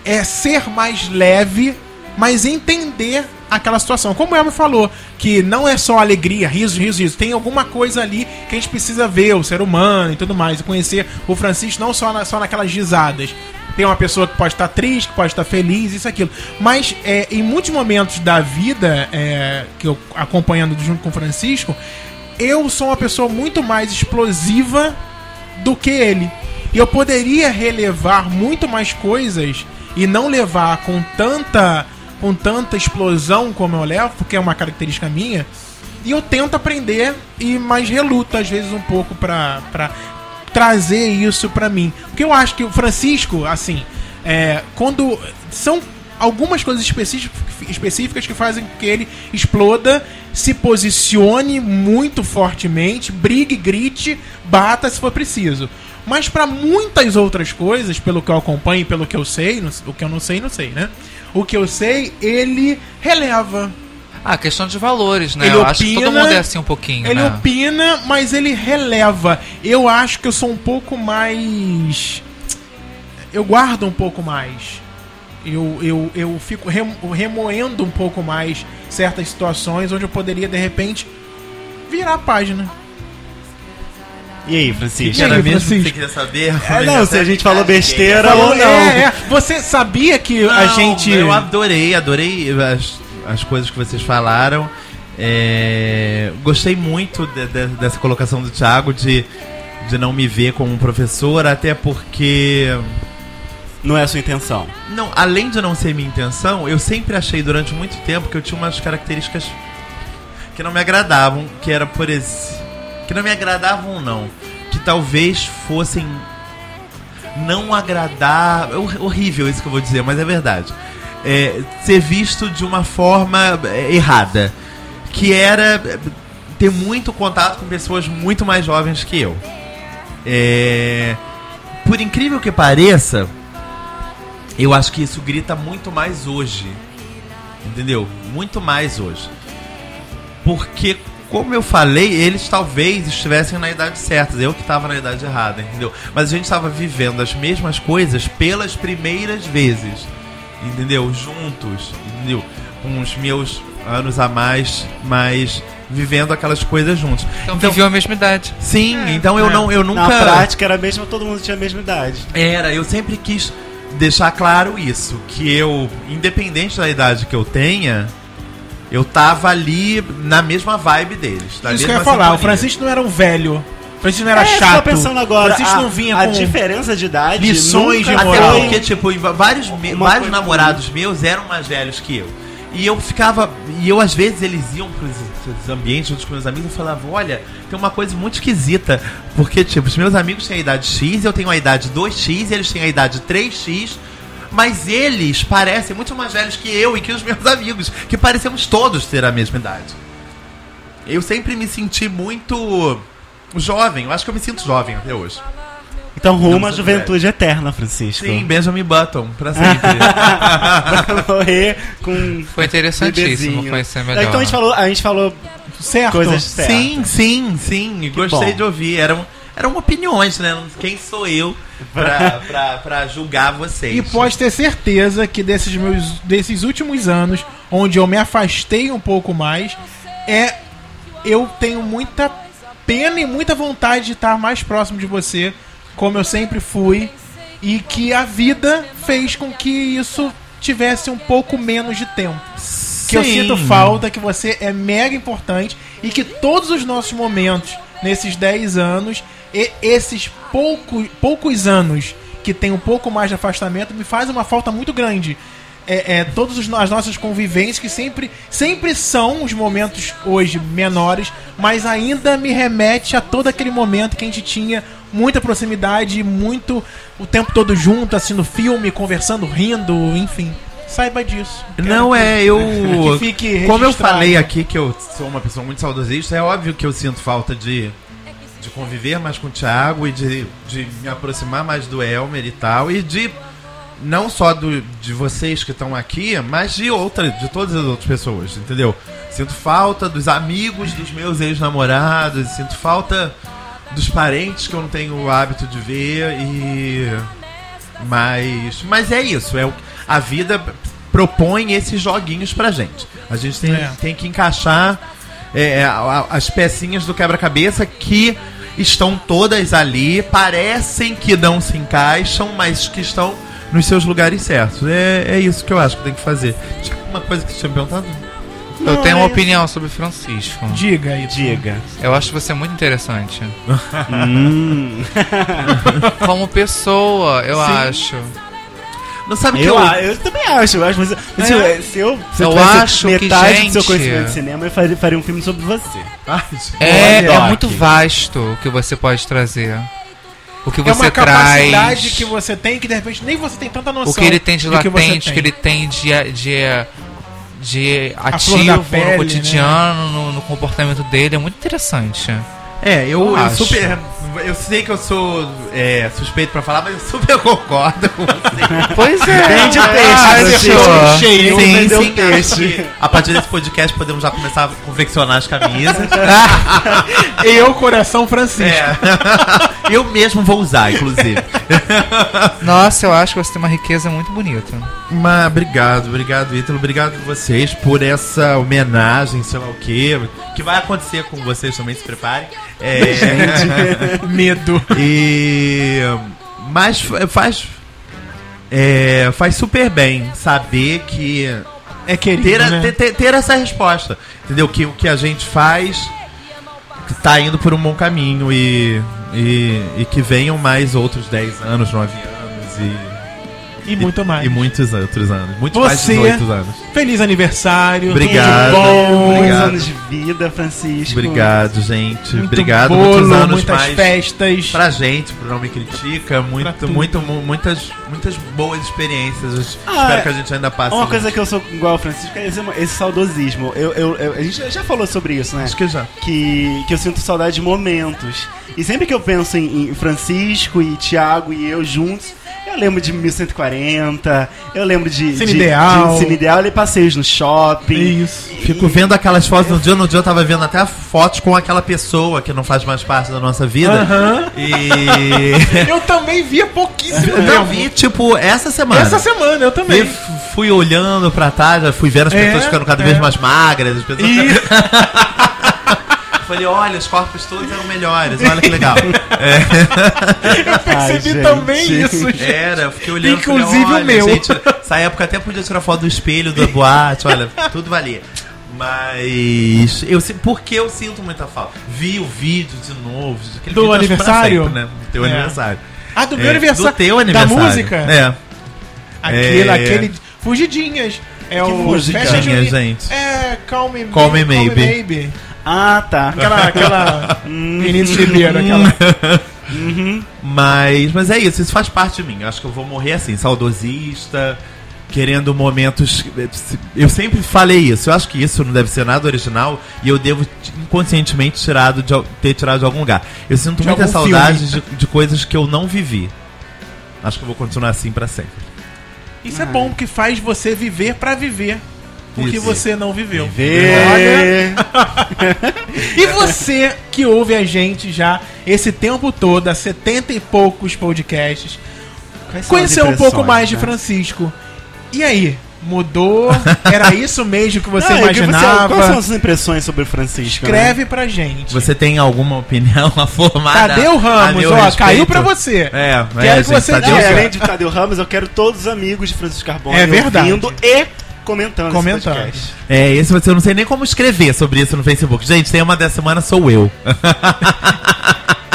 Speaker 1: É ser mais leve, mas entender aquela situação. Como o Elmo falou, que não é só alegria, riso, riso, riso. Tem alguma coisa ali que a gente precisa ver, o ser humano e tudo mais. E conhecer o Francisco não só, na- só naquelas risadas. Tem uma pessoa que pode estar triste, que pode estar feliz, isso e aquilo. Mas é, em muitos momentos da vida, é, que eu acompanhando junto com o Francisco, eu sou uma pessoa muito mais explosiva do que ele. E eu poderia relevar muito mais coisas e não levar com tanta com tanta explosão como eu levo, porque é uma característica minha. E eu tento aprender e mais reluto às vezes um pouco pra, pra trazer isso pra mim, porque eu acho que o Francisco, assim, é, quando são algumas coisas específic- específicas que fazem com que ele exploda, se posicione muito fortemente, brigue, grite, bata se for preciso. Mas para muitas outras coisas, pelo que eu acompanho, e pelo que eu sei, não- o que eu não sei, não sei, né? O que eu sei, ele releva.
Speaker 4: Ah, questão de valores, né?
Speaker 1: Ele
Speaker 4: eu acho que todo
Speaker 1: opina,
Speaker 4: mundo é assim um pouquinho,
Speaker 1: Ele
Speaker 4: né?
Speaker 1: opina, mas ele releva. Eu acho que eu sou um pouco mais. Eu guardo um pouco mais. Eu, eu, eu fico remo- remoendo um pouco mais certas situações onde eu poderia, de repente, virar a página.
Speaker 2: E aí,
Speaker 3: Que
Speaker 1: E aí, assim,
Speaker 2: Francisco?
Speaker 3: era mesmo que
Speaker 1: Francisco?
Speaker 3: você queria saber?
Speaker 2: É, não, se a gente falou besteira
Speaker 1: Falou,
Speaker 2: ou não.
Speaker 1: É, é. Você sabia que a
Speaker 3: Não,
Speaker 1: gente.
Speaker 3: Eu adorei, adorei as, as coisas que vocês falaram. É, gostei muito de- de- dessa colocação do Thiago de, de não me ver como um professor, até porque.
Speaker 2: Não é a sua intenção.
Speaker 3: Não, além de não ser minha intenção, eu sempre achei durante muito tempo que eu tinha umas características que não me agradavam, que era por esse. Que não me agradavam, não. Que talvez fossem não agradar. é hor- Horrível isso que eu vou dizer, mas é verdade. É, ser visto de uma forma é, errada. Que era é, ter muito contato com pessoas muito mais jovens que eu. É, por incrível que pareça, eu acho que isso grita muito mais hoje. Entendeu? Muito mais hoje. Porque, como eu falei, eles talvez estivessem na idade certa. Eu que estava na idade errada, entendeu? Mas a gente estava vivendo as mesmas coisas pelas primeiras vezes. Entendeu? Juntos. Entendeu? Com os meus anos a mais, mas vivendo aquelas coisas juntos.
Speaker 4: Então, viviam a mesma idade.
Speaker 3: Sim, então eu
Speaker 1: é.
Speaker 3: não, eu
Speaker 2: Na
Speaker 3: nunca.
Speaker 2: prática era mesmo, todo mundo tinha a mesma idade.
Speaker 3: Era, eu sempre quis deixar claro isso, que eu, independente da idade que eu tenha, eu tava ali na mesma vibe deles. Na
Speaker 1: Isso que eu
Speaker 3: mesma
Speaker 1: ia falar. O
Speaker 3: sintonia.
Speaker 1: Francisco não era um velho. O Francisco não era
Speaker 2: É, eu
Speaker 1: chato.
Speaker 2: tava pensando agora,
Speaker 1: Francisco
Speaker 2: a,
Speaker 1: não vinha
Speaker 2: a
Speaker 1: com.
Speaker 2: diferença de idade
Speaker 1: lições
Speaker 2: nunca
Speaker 1: de
Speaker 3: Até
Speaker 1: moral.
Speaker 2: foi-
Speaker 3: porque, tipo, em va- vários, me-
Speaker 2: Uma
Speaker 3: vários
Speaker 2: coisa-
Speaker 3: namorados meus eram mais velhos que eu. E eu ficava. E eu, às vezes, eles iam pros, pros ambientes juntos com meus amigos e falavam: olha, tem uma coisa muito esquisita. Porque, tipo, os meus amigos têm a idade X, eu tenho a idade 2X, eles têm a idade 3X. Mas eles parecem muito mais velhos que eu e que os meus amigos, que parecemos todos ter a mesma idade. Eu sempre me senti muito jovem, eu acho que eu me sinto jovem até hoje.
Speaker 2: Então rumo à
Speaker 3: Nossa,
Speaker 2: juventude eterna, Francisco.
Speaker 3: Sim, Benjamin Button, pra sempre.
Speaker 2: Vai morrer com.
Speaker 4: Foi interessantíssimo
Speaker 2: bebezinho.
Speaker 4: conhecer melhor.
Speaker 2: Então a gente falou, a gente falou
Speaker 1: Certo.
Speaker 2: coisas certas.
Speaker 3: sim, sim, sim. e Gostei
Speaker 2: bom.
Speaker 3: de ouvir. Eram, eram opiniões, né? Quem sou eu pra, pra, pra julgar vocês?
Speaker 1: E pode ter certeza que desses meus desses últimos anos, onde eu me afastei um pouco mais, é eu tenho muita pena e muita vontade de estar mais próximo de você, como eu sempre fui, e que a vida fez com que isso tivesse um pouco menos de tempo. Que eu
Speaker 3: Sim.
Speaker 1: sinto falta, que você é mega importante e que todos os nossos momentos nesses 10 anos e esses poucos, poucos anos que tem um pouco mais de afastamento me faz uma falta muito grande. É, é, todas os no- as nossas convivências que sempre, sempre são os momentos hoje menores, mas ainda me remete a todo aquele momento que a gente tinha muita proximidade, muito o tempo todo junto, assim no filme, conversando, rindo, enfim. Saiba disso.
Speaker 3: Não
Speaker 1: Quero
Speaker 3: é, eu.
Speaker 1: Que fique
Speaker 3: Como eu
Speaker 1: registrado.
Speaker 3: falei aqui que eu sou uma pessoa muito saudosista, é óbvio que eu sinto falta de, de conviver mais com o Thiago e de, de me aproximar mais do Elmer e tal. E de. Não só do, de vocês que estão aqui, mas de outras, de todas as outras pessoas, entendeu? Sinto falta dos amigos dos meus ex-namorados, sinto falta dos parentes que eu não tenho o hábito de ver e. Mas, mas é isso. É, o- a vida propõe esses joguinhos pra gente. A gente tem,
Speaker 1: É.
Speaker 3: tem que encaixar é, a- a- as pecinhas do quebra-cabeça que estão todas ali, parecem que não se encaixam, mas que estão nos seus lugares certos. É, é isso que eu acho que tem que fazer. Tinha alguma coisa que você tinha perguntado?
Speaker 4: Eu
Speaker 1: Não,
Speaker 4: tenho uma
Speaker 1: é-
Speaker 4: opinião sobre Francisco.
Speaker 1: Diga aí.
Speaker 2: Diga.
Speaker 4: Eu acho você muito interessante.
Speaker 2: Hum.
Speaker 4: Como pessoa, eu
Speaker 2: Sim.
Speaker 4: acho.
Speaker 3: Não sabe o que
Speaker 2: Eu,
Speaker 3: eu...
Speaker 2: a- eu também acho, eu acho. Mas, mas se, eu, se eu, se
Speaker 4: Eu
Speaker 2: tivesse
Speaker 4: acho que,
Speaker 2: metade do seu
Speaker 4: gente-
Speaker 2: conhecimento de cinema, eu faria, faria um filme sobre você.
Speaker 3: Ai,
Speaker 4: É,
Speaker 3: olha,
Speaker 4: é
Speaker 3: Doc.
Speaker 4: muito vasto o que você pode trazer. O que
Speaker 1: É
Speaker 4: você
Speaker 1: uma
Speaker 4: traz.
Speaker 1: capacidade que você tem que de repente nem você tem tanta noção.
Speaker 4: o que ele tem de
Speaker 1: do que você
Speaker 4: latente, o
Speaker 1: tem.
Speaker 4: que ele tem de, de, de
Speaker 1: A flor da
Speaker 4: ativo
Speaker 1: pele, né?
Speaker 4: no cotidiano, no, no comportamento dele, é muito interessante.
Speaker 3: É, eu,
Speaker 4: Eu
Speaker 3: eu
Speaker 4: acho.
Speaker 3: super. Eu sei que eu sou é, suspeito pra falar, mas eu super concordo com você.
Speaker 4: Pois é.
Speaker 2: Vende o
Speaker 4: Ah,
Speaker 2: peixe,
Speaker 4: eu
Speaker 2: Francisco.
Speaker 4: sou.
Speaker 2: Cheio,
Speaker 3: sim,
Speaker 2: vendeu
Speaker 3: sim, acho que a partir desse podcast podemos já começar a confeccionar as camisas.
Speaker 1: Eu, coração Francisco.
Speaker 3: É. Eu mesmo vou usar, inclusive.
Speaker 4: Nossa, eu acho que você tem uma riqueza muito bonita.
Speaker 3: Mas obrigado, obrigado, Ítalo. Obrigado vocês por essa homenagem, sei lá o quê. Que vai acontecer com vocês também, se preparem. É,
Speaker 1: Medo.
Speaker 3: E. Mas fa- faz. É, faz super bem saber que.
Speaker 1: É querido,
Speaker 3: Ter, a-
Speaker 1: né?
Speaker 3: ter, ter- ter essa resposta. Entendeu? Que o que a gente faz tá indo por um bom caminho e. E, e que venham mais outros 10 anos, 9 anos e,
Speaker 1: E muito mais.
Speaker 3: e muitos outros anos. Muitos mais
Speaker 1: Você-
Speaker 3: de 18 anos.
Speaker 1: Feliz aniversário. Tudo de
Speaker 3: Obrigado.
Speaker 1: bom.
Speaker 2: Muitos
Speaker 3: Obrigado.
Speaker 2: anos de vida, Francisco.
Speaker 3: Obrigado, gente.
Speaker 1: Muito
Speaker 3: Obrigado.
Speaker 1: bolo,
Speaker 3: muitos anos
Speaker 1: muitas
Speaker 3: mais.
Speaker 1: festas.
Speaker 3: Pra gente, pro Não Me Critica,
Speaker 1: Pra
Speaker 3: muito,
Speaker 1: tudo.
Speaker 3: muito, mu- muitas, muitas boas experiências. Eu
Speaker 2: Ah,
Speaker 1: é
Speaker 3: Espero que a gente ainda passe.
Speaker 2: Uma
Speaker 3: gente.
Speaker 2: coisa que eu sou igual ao Francisco é esse, esse saudosismo. Eu, eu- eu- a gente já- já falou sobre isso, né?
Speaker 3: Acho que já.
Speaker 2: que, que eu sinto saudade de momentos. E sempre que eu penso em, em Francisco e Tiago e eu juntos, eu lembro de 1140, eu lembro de
Speaker 1: Cine
Speaker 2: de,
Speaker 1: Ideal.
Speaker 2: de Cine Ideal e passeios no shopping.
Speaker 1: Isso.
Speaker 3: Fico vendo aquelas fotos no dia, no dia eu tava vendo até fotos com aquela pessoa que não faz mais parte da nossa vida.
Speaker 1: Aham.
Speaker 3: E.
Speaker 1: Eu também vi há pouquíssimo
Speaker 3: eu
Speaker 1: tempo.
Speaker 3: não, vi, tipo, essa semana.
Speaker 1: Essa semana, eu
Speaker 3: E
Speaker 1: também.
Speaker 3: f- fui olhando pra trás, já fui vendo as
Speaker 1: É,
Speaker 3: pessoas ficando cada
Speaker 1: é.
Speaker 3: vez mais magras, as pessoas.
Speaker 1: E
Speaker 3: Falei, olha, os corpos todos eram melhores, olha que legal.
Speaker 1: eu percebi
Speaker 2: gente.
Speaker 1: também
Speaker 3: É,
Speaker 1: isso, gente.
Speaker 3: Era, eu fiquei olhando falei,
Speaker 1: Inclusive o
Speaker 3: olha,
Speaker 1: meu.
Speaker 3: Gente, essa época até podia tirar foto do espelho, da boate, olha, tudo valia. Mas eu sei porque eu sinto muita falta. Vi o vídeo de novo, aquele
Speaker 1: Do
Speaker 3: vídeo
Speaker 1: aniversário?
Speaker 3: acho pra sempre, né? Do teu
Speaker 1: É.
Speaker 3: aniversário.
Speaker 1: Ah, do meu
Speaker 3: É,
Speaker 1: aniversário.
Speaker 3: Do teu aniversário.
Speaker 1: Da música?
Speaker 3: É.
Speaker 1: Aquele,
Speaker 3: É.
Speaker 1: aquele. Fugidinhas. É o.
Speaker 2: fugidinhas,
Speaker 1: Festa junina.
Speaker 3: gente?
Speaker 1: É, Calm Me,
Speaker 3: Call Me Maybe.
Speaker 2: Ah, tá.
Speaker 1: Aquela. aquela Vinícius Ribeiro, aquela.
Speaker 3: Mas, mas é isso, isso faz parte de mim. Eu acho que eu vou morrer assim, saudosista. querendo momentos. Eu sempre falei isso. Eu acho que isso não deve ser nada original e eu devo inconscientemente tirado de, al- ter tirado de algum lugar. Eu sinto
Speaker 1: De
Speaker 3: muita
Speaker 1: algum
Speaker 3: saudade de, de coisas que eu não vivi. Acho que eu vou continuar assim pra sempre.
Speaker 2: Ah.
Speaker 1: Isso é bom, porque faz você viver pra viver o que
Speaker 3: Isso.
Speaker 1: você não viveu.
Speaker 2: Vê.
Speaker 1: E você que ouve a gente já esse tempo todo, há 70 e poucos podcasts,
Speaker 2: Quais são as
Speaker 1: conheceu um pouco
Speaker 2: impressões,
Speaker 1: mais de
Speaker 2: né?
Speaker 1: Francisco. E aí? Mudou? Era isso mesmo que você
Speaker 2: Não, e o que você-
Speaker 1: imaginava?
Speaker 2: Quais são as suas impressões sobre o Francisco? né?
Speaker 1: Escreve pra gente.
Speaker 3: Você tem alguma opinião formada?
Speaker 1: Tadeu
Speaker 3: a
Speaker 1: Ramos,
Speaker 3: meu
Speaker 1: ó,
Speaker 3: respeito?
Speaker 1: caiu pra você.
Speaker 3: É,
Speaker 1: Quero
Speaker 3: é,
Speaker 1: que você
Speaker 3: Tadeu,
Speaker 2: Não, e
Speaker 1: diga.
Speaker 2: além de Tadeu Ramos, eu quero todos os amigos de Francisco Carbone
Speaker 1: É verdade.
Speaker 2: ouvindo e comentando esse
Speaker 1: Comentando.
Speaker 2: podcast.
Speaker 3: É, esse você eu não sei nem como escrever sobre isso no Facebook. Gente, tem uma dessa semana sou eu.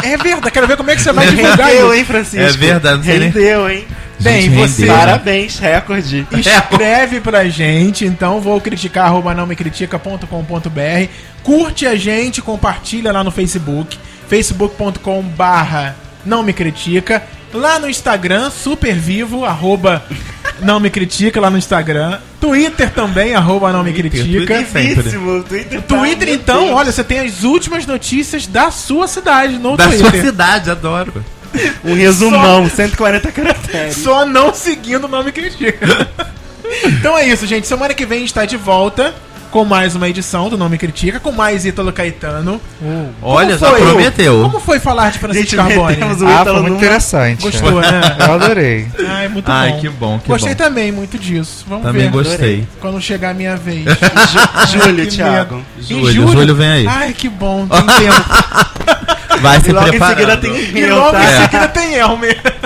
Speaker 1: É verdade, quero ver como é que você vai divulgar
Speaker 2: Rendeu,
Speaker 1: isso. né?
Speaker 2: hein, Francisco?
Speaker 3: É verdade, não sei nem-
Speaker 2: Rendeu, hein?
Speaker 1: Bem,
Speaker 3: Gente, rendeu,
Speaker 1: você-
Speaker 3: né?
Speaker 2: Parabéns, recorde.
Speaker 3: É,
Speaker 1: Escreve pra gente, então vou criticar, arroba não me critica.com.br. Curte a gente, compartilha lá no Facebook, facebook.com barra não me critica. Lá no Instagram, supervivo, arroba não me critica lá no Instagram. Twitter também, arroba não me
Speaker 3: Twitter,
Speaker 1: critica.
Speaker 3: Twitter. Ah, sempre.
Speaker 2: Belíssimo, o Twitter, tá-
Speaker 1: né? Twitter,
Speaker 2: meu
Speaker 1: então,
Speaker 2: Deus.
Speaker 1: olha, você tem as últimas notícias da sua cidade no
Speaker 3: Da sua
Speaker 1: Twitter.
Speaker 3: cidade, adoro.
Speaker 2: Um resumão, 140 caracteres.
Speaker 1: Só não seguindo o nome critica. então é isso, gente. Semana que vem a gente tá de volta com mais uma edição do Nome Critica, com mais Ítalo Caetano.
Speaker 4: Ah,
Speaker 3: Olha, já
Speaker 1: foi?
Speaker 3: prometeu.
Speaker 1: Como foi falar de Francisco
Speaker 2: Gente,
Speaker 1: Carbone?
Speaker 2: metemos o
Speaker 4: Ah,
Speaker 2: Ítalo
Speaker 4: foi muito
Speaker 2: num-
Speaker 4: interessante.
Speaker 1: Gostou, né?
Speaker 4: Eu adorei.
Speaker 1: Ai, muito
Speaker 3: Ai,
Speaker 1: bom.
Speaker 3: que bom, que
Speaker 1: Gostei
Speaker 3: bom.
Speaker 1: também muito disso. Vamos
Speaker 3: Também
Speaker 1: ver
Speaker 3: gostei.
Speaker 1: quando chegar a minha vez.
Speaker 2: Júlio,
Speaker 1: Que
Speaker 2: Thiago.
Speaker 1: medo. Em
Speaker 3: Júlio, Júlio, vem aí.
Speaker 1: Ai, que bom, tem tempo.
Speaker 3: Vai se
Speaker 2: E logo em
Speaker 3: preparando.
Speaker 2: seguida tem
Speaker 1: E
Speaker 2: e-mail,
Speaker 1: logo
Speaker 2: tá?
Speaker 1: em
Speaker 3: É.
Speaker 1: seguida tem um Elmer.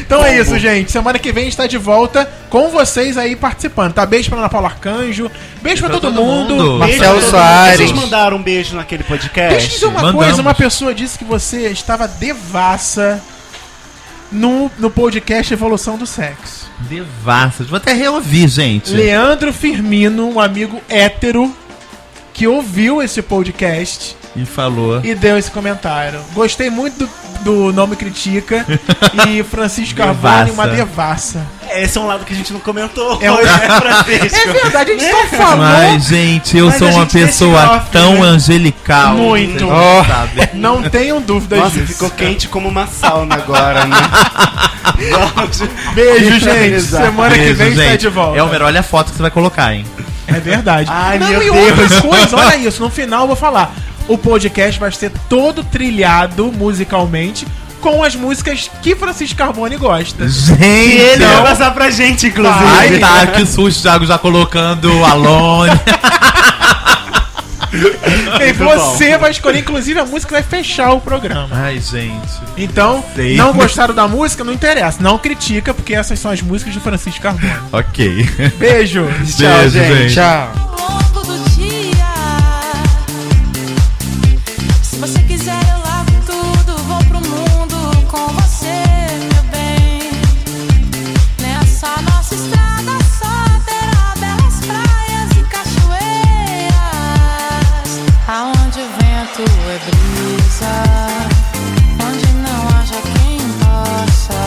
Speaker 1: Então é isso, gente. Semana que vem a gente tá de volta com vocês aí participando, tá? Beijo pra Ana Paula Arcanjo. Beijo pra todo, mundo.
Speaker 3: mundo.
Speaker 1: Beijo pra
Speaker 4: Marcelo
Speaker 1: todo mundo.
Speaker 4: Soares.
Speaker 2: Vocês mandaram um beijo naquele
Speaker 1: Deixa eu dizer
Speaker 2: podcast?
Speaker 1: uma
Speaker 3: Mandamos.
Speaker 1: coisa, uma pessoa disse que você estava devassa no, no podcast Evolução do Sexo.
Speaker 3: Devassas. Vou até reouvir, gente.
Speaker 1: Leandro Firmino, um amigo hétero, que ouviu esse podcast
Speaker 3: E falou.
Speaker 1: e deu esse comentário. Gostei muito do, do Nome Critica e Francisco Carvalho,
Speaker 3: Devassa.
Speaker 1: uma devassa.
Speaker 2: Esse é um lado que a gente não comentou
Speaker 1: É um-
Speaker 2: hoje, né, Francisco?
Speaker 1: É verdade, a gente só falou
Speaker 3: Mas, gente, eu
Speaker 2: Mas
Speaker 3: sou
Speaker 2: a
Speaker 3: uma
Speaker 2: gente deixa em
Speaker 3: pessoa
Speaker 2: off,
Speaker 3: tão
Speaker 2: né?
Speaker 3: angelical.
Speaker 1: muito.
Speaker 4: Oh.
Speaker 3: Sabe?
Speaker 1: Não tenham dúvidas
Speaker 2: Nossa,
Speaker 1: disso.
Speaker 2: ficou quente como uma sauna agora, né? Vamos-
Speaker 1: Beijo, gente.
Speaker 2: né? Exato. É
Speaker 1: Semana que
Speaker 3: Beijo,
Speaker 1: vem está
Speaker 3: gente.
Speaker 1: de volta.
Speaker 3: Elmer, olha a foto que você vai colocar, hein?
Speaker 1: É verdade.
Speaker 2: Ai,
Speaker 1: não,
Speaker 2: meu
Speaker 1: e
Speaker 2: Deus.
Speaker 1: outras coisas, olha isso, no final eu vou falar. O podcast vai ser todo trilhado musicalmente com as músicas que Francisco Carbone gosta.
Speaker 2: E
Speaker 3: Gente!
Speaker 2: ele vai passar pra gente, inclusive.
Speaker 3: Ai, tá, que susto, Thiago, já colocando Alone.
Speaker 1: E
Speaker 2: Muito
Speaker 1: você vai escolher, inclusive, a música que vai fechar o programa.
Speaker 3: Ai, gente.
Speaker 1: Então,
Speaker 3: Sei.
Speaker 1: não gostaram da música, não interessa. Não critica, porque essas são as músicas de Francisco Carbone.
Speaker 3: Ok.
Speaker 1: Beijo!
Speaker 2: Tchau, gente.
Speaker 4: Tchau.
Speaker 5: Ao longo do dia, se você quiser eu largo tudo, vou pro mundo com você, meu bem. Nessa nossa estrada só terá belas praias e cachoeiras, aonde o vento é brisa, onde não haja quem possa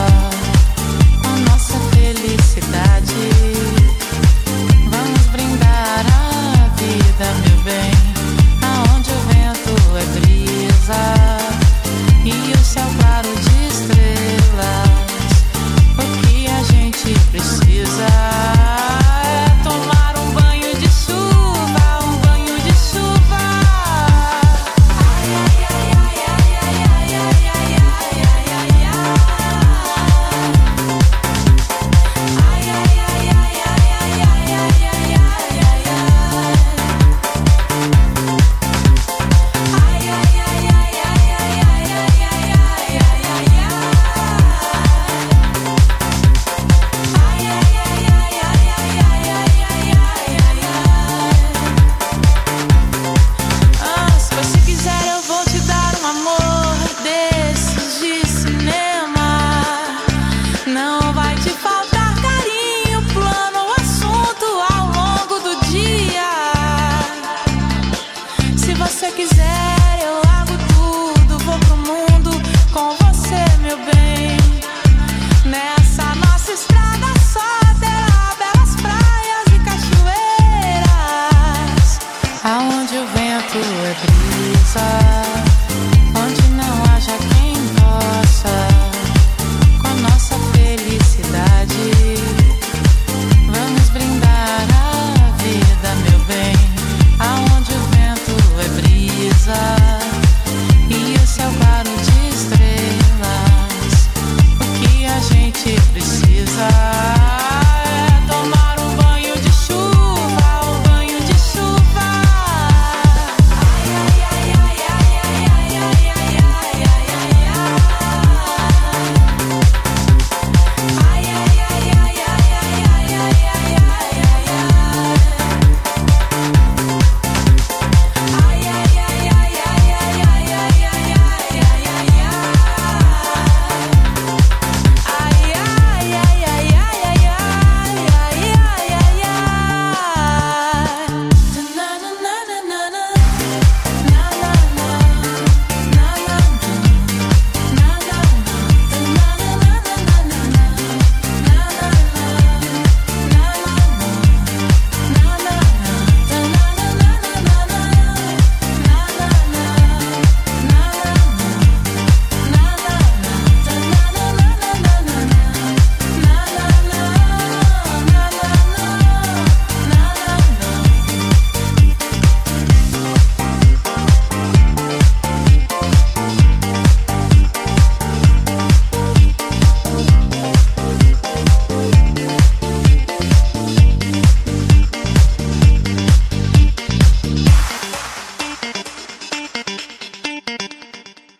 Speaker 5: a nossa felicidade. Vamos brindar a vida, meu bem. Aonde o vento é brisa e o céu claro de é um um é é é um